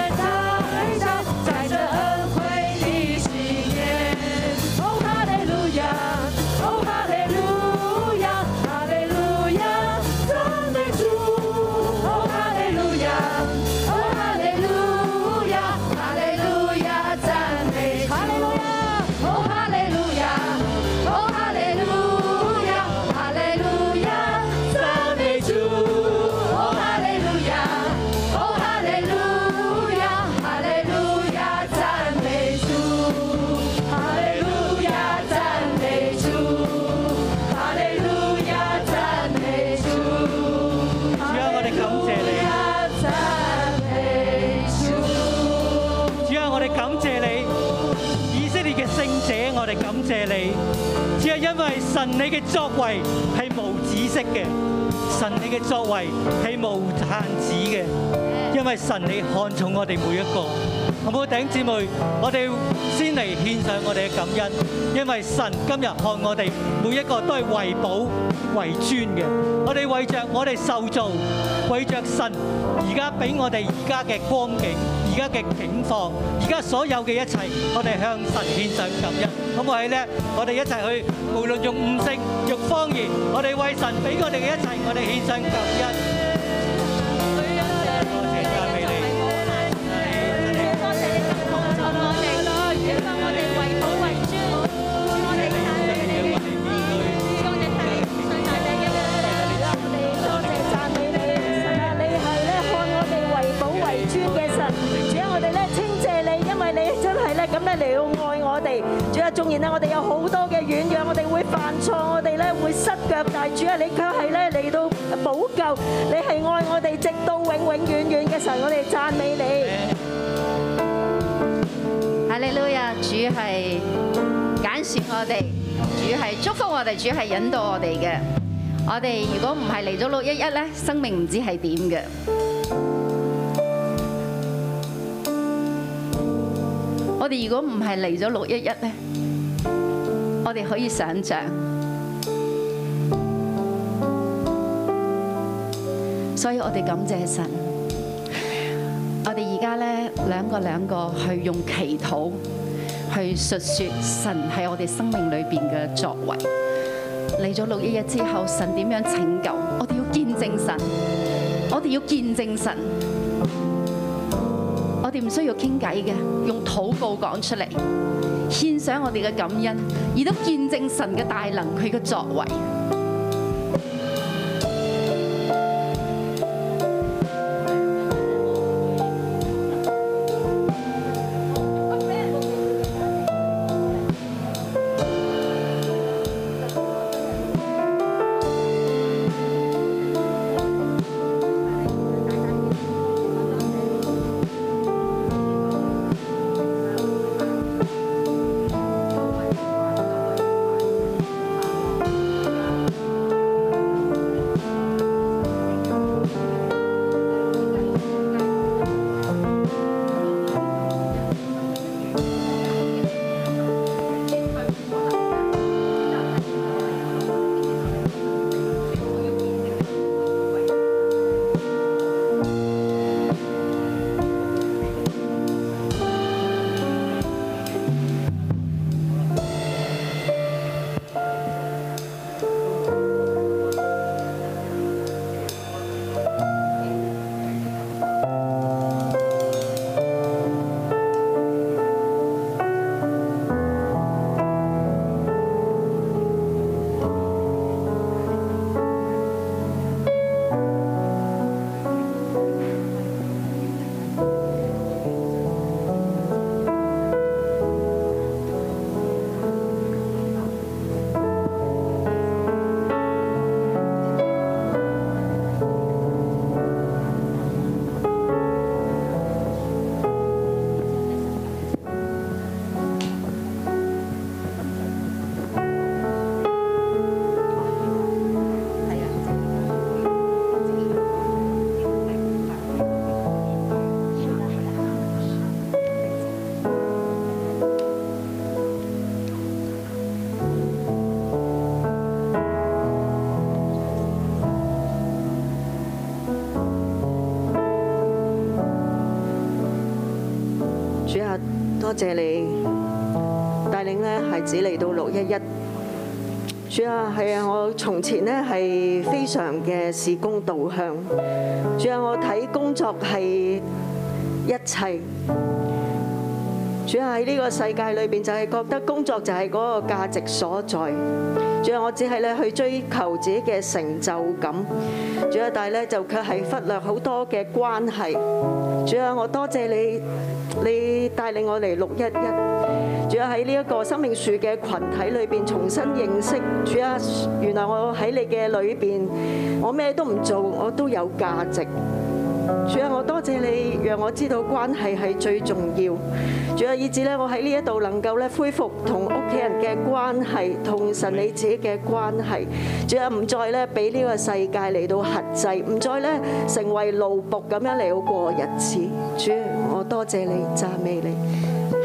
[SPEAKER 5] Oh, oh, oh, oh,
[SPEAKER 6] 啊謝你，只係因為神你嘅作為係無止息嘅，神你嘅作為係無限止嘅，因為神你看重我哋每一個。好唔好，弟兄姊妹？我哋先嚟獻上我哋嘅感恩，因為神今日看我哋每一個都係為寶為尊嘅。我哋為着我哋受造，為着神而家俾我哋而家嘅光景，而家嘅境況，而家所有嘅一切，我哋向神獻上感恩。好唔好係咧？我哋一齊去，無論用悟性、用方言，我哋為神俾我哋嘅一切，我哋獻上感恩。多謝讚美你。
[SPEAKER 5] 縱然咧，我哋有好多嘅軟弱，我哋會犯錯，我哋咧會失腳，但係主啊，你卻係咧嚟到補救，你係愛我哋直到永永遠遠嘅神，我哋讚美你。
[SPEAKER 7] 哈利路亞！主係揀選我哋，主係祝福我哋，主係引導我哋嘅。我哋如果唔係嚟咗六一一咧，生命唔知係點嘅。我哋如果唔係嚟咗六一一咧，我哋可以想像。所以我哋感謝神。我哋而家咧兩個兩個去用祈禱去述說神喺我哋生命裏邊嘅作為。嚟咗六一日之後，神點樣拯救？我哋要見證神，我哋要見證神。我哋唔需要傾偈嘅，用禱告講出嚟，獻上我哋嘅感恩，亦都見證神嘅大能，佢嘅作為。
[SPEAKER 8] 主啊，多謝你帶領咧孩子嚟到六一一。主啊，係啊，我從前咧係非常嘅事工導向。主啊，我睇工作係一切。主啊，喺呢個世界裏邊就係覺得工作就係嗰個價值所在。主啊，我只係咧去追求自己嘅成就感。主啊，但係咧就卻係忽略好多嘅關係。主啊，我多謝你，你帶領我嚟六一一。主啊，喺呢一個生命樹嘅群體裏邊重新認識。主啊，原來我喺你嘅裏邊，我咩都唔做，我都有價值。主啊，我多謝你，讓我知道關係係最重要。主啊，以至咧我喺呢一度能夠咧恢復同屋企人嘅關係，同神你自己嘅關係。主啊，唔再咧俾呢個世界嚟到轄制，唔再咧成為奴仆咁樣嚟到過日子。主，我多謝你，讚美你。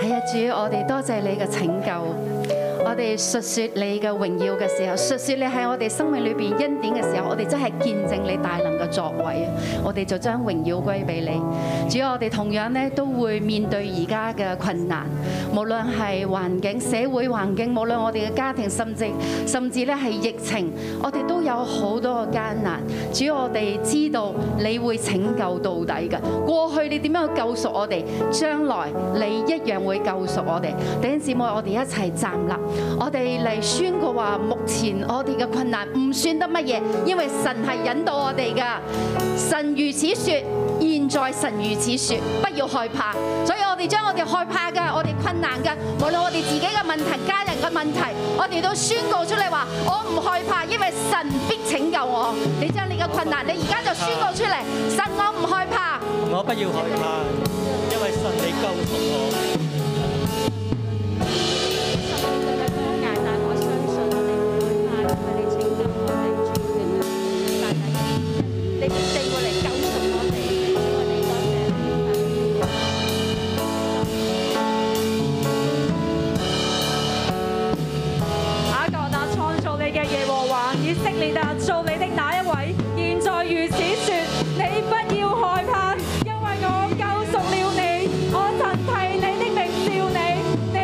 [SPEAKER 7] 系啊，主，我哋多謝你嘅拯救。我哋述說你嘅榮耀嘅時候，述說你喺我哋生命裏邊恩典嘅時候，我哋真係見證你大能嘅作為啊！我哋就將榮耀歸俾你。主要我哋同樣咧都會面對而家嘅困難，無論係環境、社會環境，無論我哋嘅家庭，甚至甚至咧係疫情，我哋都有好多嘅艱難。主要我哋知道你會拯救到底嘅。過去你點樣去救贖我哋，將來你一樣會救贖我哋。弟兄姊妹，我哋一齊站立，我哋嚟宣告話：目前我哋嘅困難唔算得乜嘢，因為神係引導我哋噶。神如此說，現在神如此說，不要害怕。所以我哋將我哋害怕嘅、我哋困難嘅，無論我哋自己嘅問題、家人嘅問題，我哋都宣告出嚟話：我唔害怕，因為神必拯救我。你將你嘅困難，你而家就宣告出嚟，神我唔害怕。
[SPEAKER 6] 我不要害怕，因為神你救贖我。
[SPEAKER 4] 雅各啊，創造你嘅耶和華，以色列啊，做你的那一位，現在如此說：你不要害怕，因為我救贖了你，我曾替你的名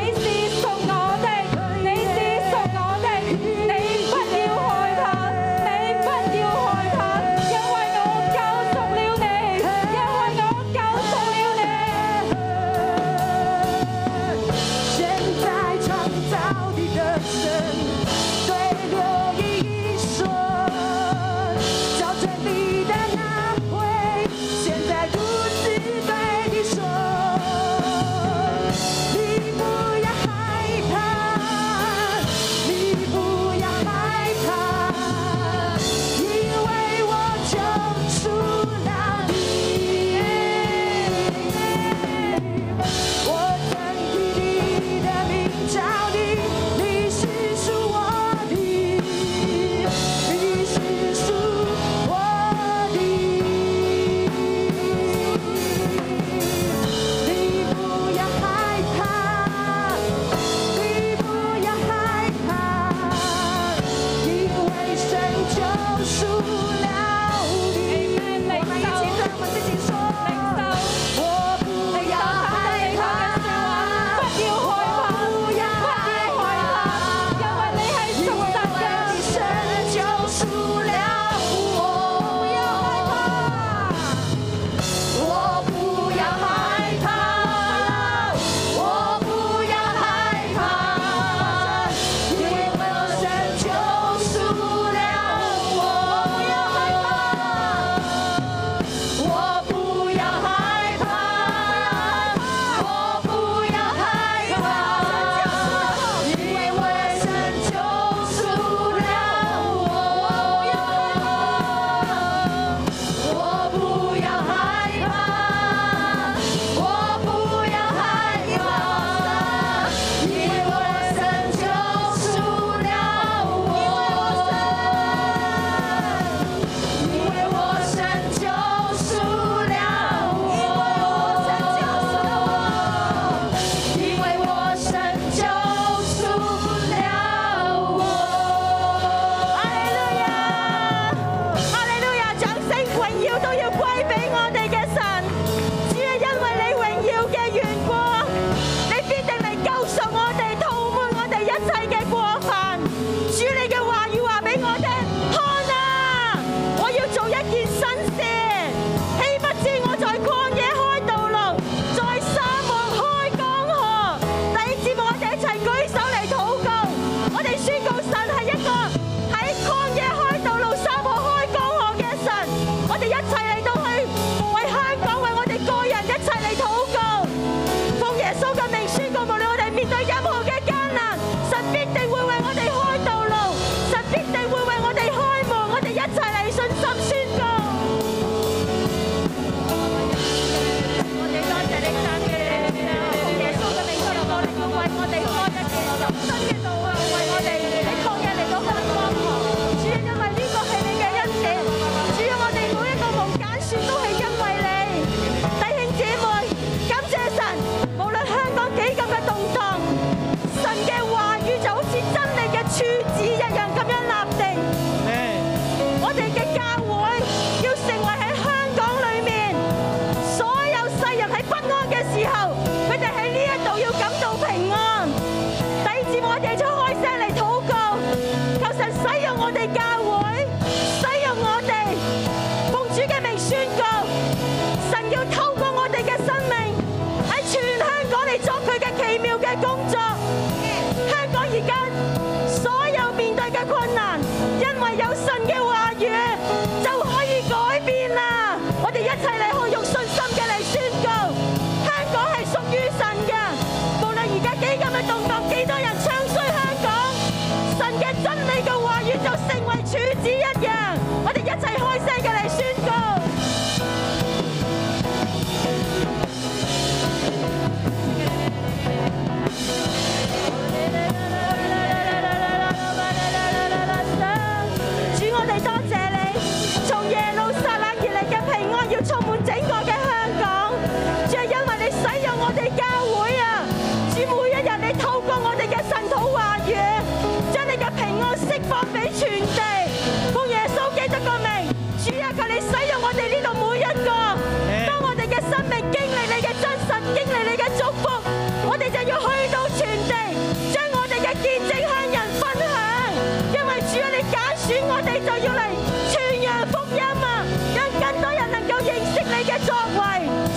[SPEAKER 5] 作為。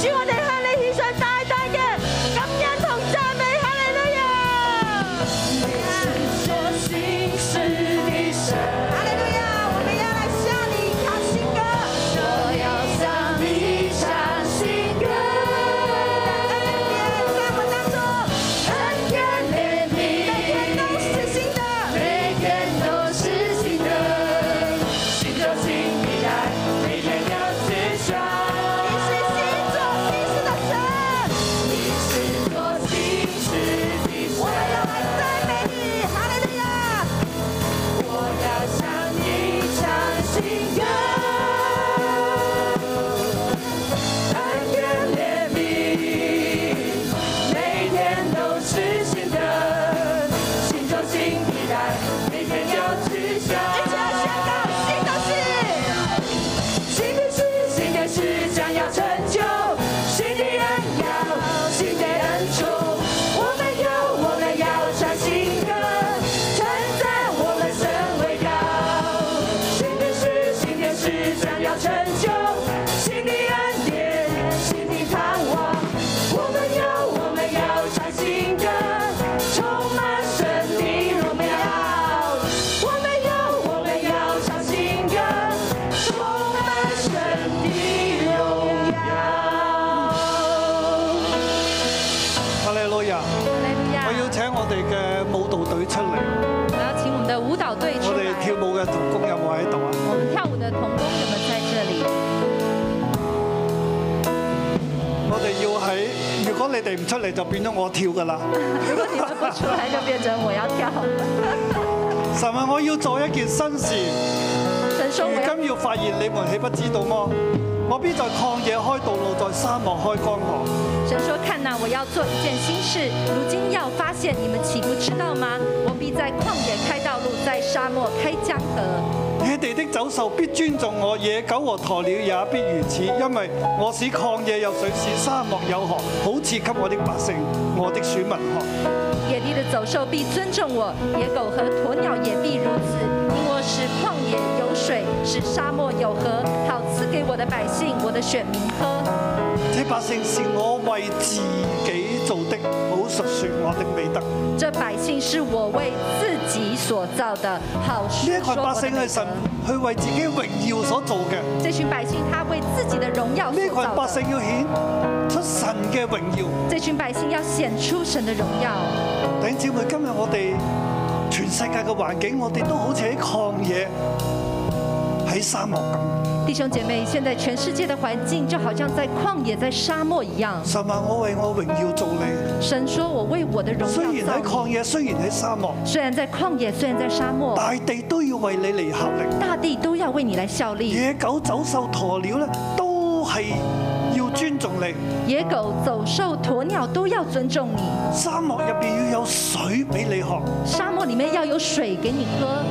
[SPEAKER 5] 主，我哋向你獻上大大嘅感恩同讚美，哈利路亞！
[SPEAKER 2] 哈利路亞！我要請我哋嘅舞蹈隊出嚟，
[SPEAKER 3] 我要请我们的舞蹈队出
[SPEAKER 2] 我哋跳
[SPEAKER 3] 来，
[SPEAKER 2] 舞嘅童工有冇喺度啊？
[SPEAKER 3] 我们跳舞的童工有没有在这里？
[SPEAKER 2] 我哋要喺，如果你哋唔出嚟就變咗我跳噶啦。
[SPEAKER 3] 如果你们不出来，就变成我要跳。
[SPEAKER 2] 神啊，我要做一件新事，
[SPEAKER 3] 神说
[SPEAKER 2] 如
[SPEAKER 3] 我要
[SPEAKER 2] 今要發現你們岂不知道麼？我必在曠野開道路，在沙漠開江河。
[SPEAKER 3] 神说：“看呐、我要做一件新事，如今要发现，你们岂不知道吗？我必在旷野开道路，在沙漠开江河。
[SPEAKER 2] 野地的走獸必尊重我，野狗和鴕鳥也必如此，因為我使曠野有水，使沙漠有河，好賜給我的百姓，我的選民喝。
[SPEAKER 3] 野地的走兽必尊重我，野狗和鸵鸟也必如此，因我使旷野有水，使沙漠有河，好赐给我的百姓，我的选民喝。
[SPEAKER 2] 這百姓是我為自己做的，好述說我的美德。呢
[SPEAKER 3] 这百姓是我为自己所造的，好述
[SPEAKER 2] 一群
[SPEAKER 3] 说
[SPEAKER 2] 百
[SPEAKER 3] 我的
[SPEAKER 2] 姓
[SPEAKER 3] 美
[SPEAKER 2] 係神
[SPEAKER 3] 德。
[SPEAKER 2] 去為自己榮耀所做嘅，呢
[SPEAKER 3] 这群百姓他为自己的荣耀
[SPEAKER 2] 群
[SPEAKER 3] 所造
[SPEAKER 2] 百
[SPEAKER 3] 的
[SPEAKER 2] 姓，要顯出神嘅榮耀。
[SPEAKER 3] 这群百姓要显出神的荣耀。”
[SPEAKER 2] 弟兄姊妹，今日我哋全世界嘅環境，我哋都好似喺曠野、喺沙漠咁。
[SPEAKER 3] 弟兄姐妹，现在全世界的环境就好像在旷野、在沙漠一样。
[SPEAKER 2] 神話我為我榮耀做你，
[SPEAKER 3] 神说：“我为我的荣
[SPEAKER 2] 雖
[SPEAKER 3] 耀
[SPEAKER 2] 然喺
[SPEAKER 3] 造
[SPEAKER 2] 曠野，雖然喺沙漠，
[SPEAKER 3] 你，虽然在旷野，虽然在沙漠，
[SPEAKER 2] 大地都要為你嚟效力。
[SPEAKER 3] 大地都要为你来效力。
[SPEAKER 2] 野狗、走獸、鴕鳥咧，都係要尊重你。
[SPEAKER 3] 野狗、走兽、鸵鸟都要尊重你。
[SPEAKER 2] 沙漠入邊要有水俾你喝，
[SPEAKER 3] 沙漠里面要有水给你喝，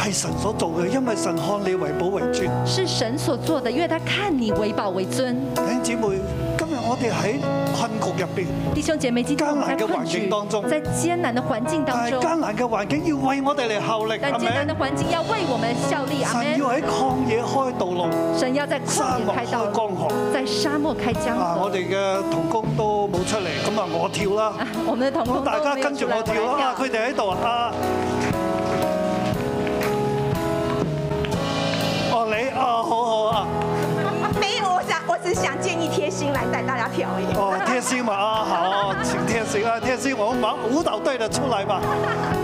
[SPEAKER 2] 係神所做嘅，因為神看你為寶為尊。
[SPEAKER 3] 是神所做的，因为他看你为宝为尊。
[SPEAKER 2] 弟兄姊妹，今日我哋喺困局入邊，”
[SPEAKER 3] 弟兄姐妹，今天我们在
[SPEAKER 2] 艰难的
[SPEAKER 3] 困
[SPEAKER 2] 环
[SPEAKER 3] 局
[SPEAKER 2] 境当中
[SPEAKER 3] 在艰难的环境当
[SPEAKER 2] 但係
[SPEAKER 3] 中，
[SPEAKER 2] 艱難嘅環境要為我哋嚟效力，
[SPEAKER 3] 但
[SPEAKER 2] 係
[SPEAKER 3] 艰难的
[SPEAKER 2] 咪？
[SPEAKER 3] 环境要为我们效力。阿
[SPEAKER 2] 神
[SPEAKER 3] 门
[SPEAKER 2] 要。喺曠野開道路，
[SPEAKER 3] 神要在旷
[SPEAKER 2] 沙
[SPEAKER 3] 野
[SPEAKER 2] 漠
[SPEAKER 3] 开
[SPEAKER 2] 開
[SPEAKER 3] 道路，
[SPEAKER 2] 江河。
[SPEAKER 3] 在沙漠开江
[SPEAKER 2] 啊！
[SPEAKER 3] 河
[SPEAKER 2] 我。哋嘅童工都冇出嚟，咁啊我跳啦。
[SPEAKER 3] 我们的同
[SPEAKER 2] 咁
[SPEAKER 3] 工
[SPEAKER 2] 大
[SPEAKER 3] 都
[SPEAKER 2] 家
[SPEAKER 3] 没有
[SPEAKER 2] 跟住
[SPEAKER 3] 出
[SPEAKER 2] 我
[SPEAKER 3] 来哎
[SPEAKER 2] 跳
[SPEAKER 3] 我
[SPEAKER 2] 啦，
[SPEAKER 3] 来
[SPEAKER 2] 啊佢
[SPEAKER 3] 跳
[SPEAKER 2] 哋喺度啊！哦，你啊，好好啊，
[SPEAKER 9] 没有，我想我只是想建议贴心来带大家跳而已。
[SPEAKER 2] 哦，贴心嘛啊，好，请贴心啊，贴心，我们把舞蹈队的出来吧，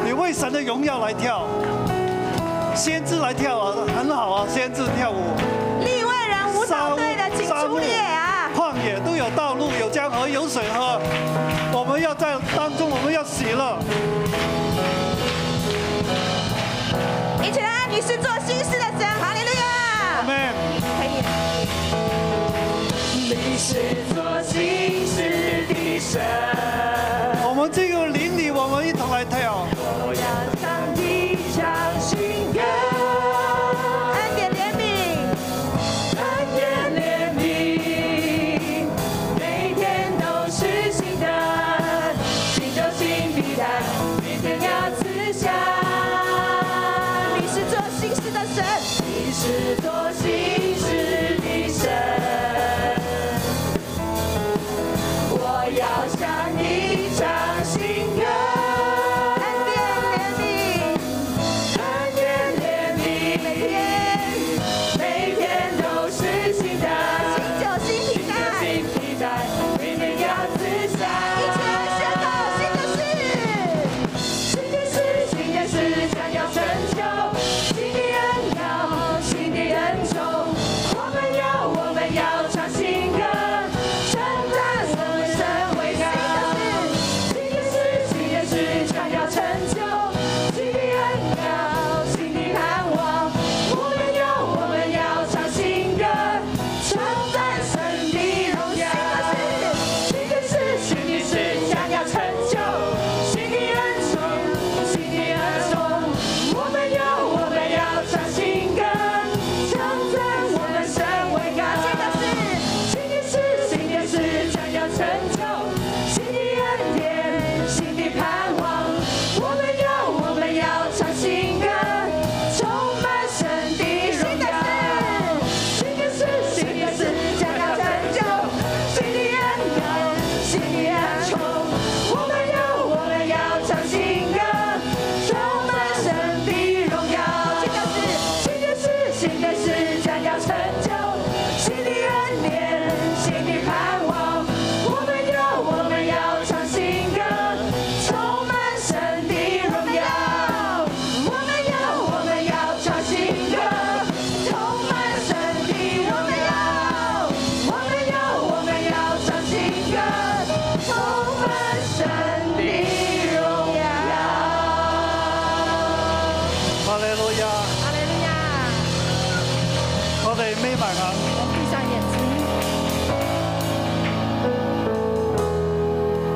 [SPEAKER 2] 你为神的荣耀来跳，先知来跳啊，很好啊，先知跳舞，
[SPEAKER 9] 立位人舞蹈队的，请
[SPEAKER 2] 沙漠
[SPEAKER 9] 出列啊！
[SPEAKER 2] 旷野都有道路，有江河，有水喝，我们要在当中，我们要喜乐。
[SPEAKER 9] 一起来，啊你是做新事的神，哈利路
[SPEAKER 2] 阿
[SPEAKER 9] 亚！
[SPEAKER 2] 门。
[SPEAKER 9] 可以。
[SPEAKER 2] 我们这个邻里，我们一同来跳。
[SPEAKER 9] 恩典怜悯，你是做新事的神，你是做新事的神。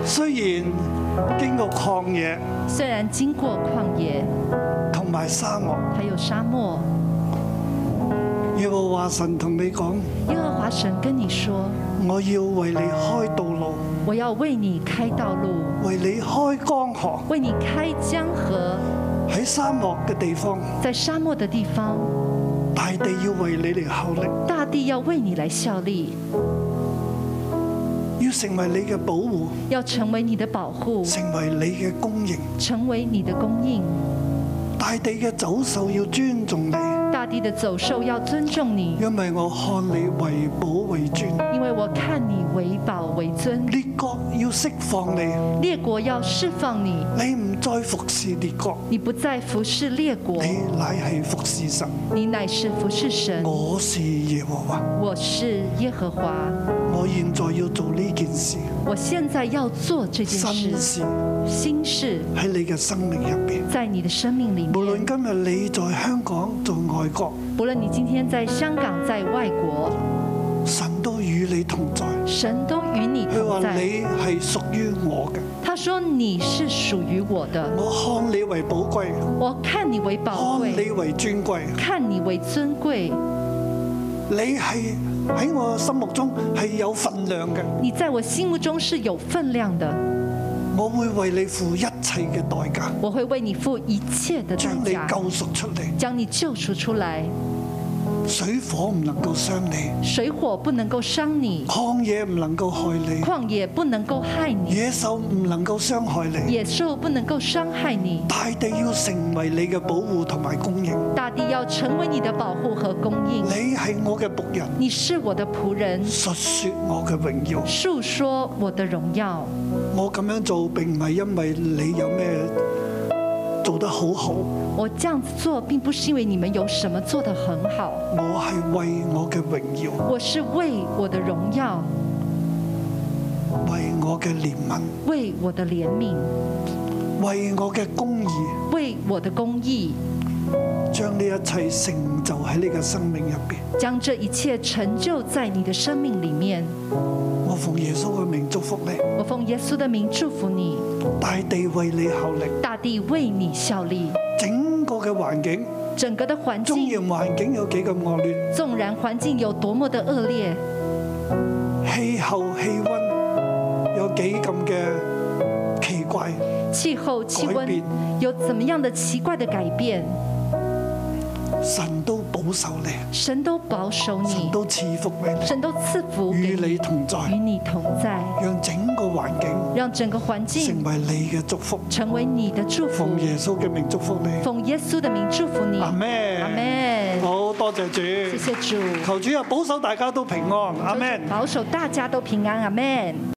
[SPEAKER 2] 然經過曠野
[SPEAKER 3] 虽然经过旷野，
[SPEAKER 2] 同埋沙漠，
[SPEAKER 3] 还有沙漠，
[SPEAKER 2] 耶和華神同你講：
[SPEAKER 3] 耶和华神跟你说
[SPEAKER 2] 我要為你開道路，：“
[SPEAKER 3] 我要为你开道路，
[SPEAKER 2] 為你開江河。
[SPEAKER 3] 为你开江河，
[SPEAKER 2] 喺沙漠嘅地方，
[SPEAKER 3] 在沙漠的地方，
[SPEAKER 2] 大地要為你嚟效力，
[SPEAKER 3] 大地要为你来效力，
[SPEAKER 2] 要成為你嘅保護，
[SPEAKER 3] 要成为你的保护，
[SPEAKER 2] 成為你嘅供應。
[SPEAKER 3] 成为你的供应。
[SPEAKER 2] 大地嘅走獸要尊重你，
[SPEAKER 3] 大地的走兽要尊重你，
[SPEAKER 2] 因為我看你為寶為尊。
[SPEAKER 3] 因为我看你为宝为尊。
[SPEAKER 2] 列國要釋放你，
[SPEAKER 3] 列国要释放你，
[SPEAKER 2] 你唔再服侍列國，
[SPEAKER 3] 你不再服侍列国，
[SPEAKER 2] 你乃係服侍神。
[SPEAKER 3] 你乃是服侍神。
[SPEAKER 2] 我是耶和華，
[SPEAKER 3] 我是耶和华，
[SPEAKER 2] 我現在要做呢件事，
[SPEAKER 3] 我现在要做这件
[SPEAKER 2] 新
[SPEAKER 3] 事，
[SPEAKER 2] 事
[SPEAKER 3] 心事
[SPEAKER 2] 喺你嘅生命入邊。
[SPEAKER 3] 在你的生命里
[SPEAKER 2] 無論
[SPEAKER 3] 面。
[SPEAKER 2] 今日你在香港做外國，
[SPEAKER 3] 不论你今天在香港，在外国，
[SPEAKER 2] 神都與你同在。
[SPEAKER 3] 神都与你
[SPEAKER 2] 佢話
[SPEAKER 3] 同在。
[SPEAKER 2] 你係屬於我嘅，
[SPEAKER 3] 他说你是属于我的，
[SPEAKER 2] 我看你為寶貴，
[SPEAKER 3] 我看你为宝
[SPEAKER 2] 看你
[SPEAKER 3] 贵，
[SPEAKER 2] 為尊貴。
[SPEAKER 3] 看你为尊贵。
[SPEAKER 2] 你係喺我心目中係有份量嘅，
[SPEAKER 3] 你在我心目中是有分量的，
[SPEAKER 2] 我會為你付一切嘅代價，
[SPEAKER 3] 我会为你付一切的代
[SPEAKER 2] 將你
[SPEAKER 3] 价，
[SPEAKER 2] 救贖出嚟。
[SPEAKER 3] 将你救赎出来。
[SPEAKER 2] 水火唔能夠傷你，
[SPEAKER 3] 水火不能够伤你，
[SPEAKER 2] 曠野唔能夠害你，
[SPEAKER 3] 旷野不能够害你，
[SPEAKER 2] 野獸唔能夠傷害你。
[SPEAKER 3] 野兽不能够伤害你。
[SPEAKER 2] 大地要成為你嘅保護同埋供應。
[SPEAKER 3] 大地要成为你的保护和供应。
[SPEAKER 2] 你係我嘅仆人，
[SPEAKER 3] 你是我的仆人，
[SPEAKER 2] 述說我嘅榮耀。
[SPEAKER 3] 述说我的荣耀。
[SPEAKER 2] 我咁樣做並唔係因為你有咩做得好好，
[SPEAKER 3] 我这样子做，并不是因为你们有什么做得很好，
[SPEAKER 2] 我係為我嘅榮耀，
[SPEAKER 3] 我是为我的荣耀，
[SPEAKER 2] 為我嘅憐憫，
[SPEAKER 3] 为我的怜悯，
[SPEAKER 2] 為我嘅公義。
[SPEAKER 3] 为我的公义，
[SPEAKER 2] 將呢一切成就喺你嘅生命入邊。
[SPEAKER 3] 将这一切成就在你的生命里面。
[SPEAKER 2] 我奉耶穌嘅名祝福你，
[SPEAKER 3] 我奉耶穌的名祝福你，
[SPEAKER 2] 大地為你效力，
[SPEAKER 3] 大地为你效力。
[SPEAKER 2] 整個嘅環境，
[SPEAKER 3] 整个的环
[SPEAKER 2] 縱
[SPEAKER 3] 境，
[SPEAKER 2] 然環境有幾咁惡劣，
[SPEAKER 3] 纵然环境有多么的恶劣，
[SPEAKER 2] 氣候氣温有幾咁嘅奇怪，
[SPEAKER 3] 气候、气
[SPEAKER 2] 改
[SPEAKER 3] 温
[SPEAKER 2] 變
[SPEAKER 3] 有怎么样的奇怪的改变，
[SPEAKER 2] 神都保守你，
[SPEAKER 3] 神都保守
[SPEAKER 2] 神
[SPEAKER 3] 你，
[SPEAKER 2] 都賜福俾
[SPEAKER 3] 神都赐福
[SPEAKER 2] 你，與
[SPEAKER 3] 给
[SPEAKER 2] 你同在，
[SPEAKER 3] 与你同在，
[SPEAKER 2] 讓整個環境
[SPEAKER 3] 让整个环
[SPEAKER 2] 成
[SPEAKER 3] 境
[SPEAKER 2] 為你嘅祝福。
[SPEAKER 3] 成为你的祝福。
[SPEAKER 2] 奉耶穌嘅名祝福你，
[SPEAKER 3] 奉耶稣的名祝福你，
[SPEAKER 2] 阿咩？
[SPEAKER 3] 嗯阿门。
[SPEAKER 2] 好多謝主，
[SPEAKER 3] 谢谢主，
[SPEAKER 2] 求主啊保守大家都平安，阿
[SPEAKER 3] 求
[SPEAKER 2] 咩
[SPEAKER 3] 主？保守大家都平安，阿门。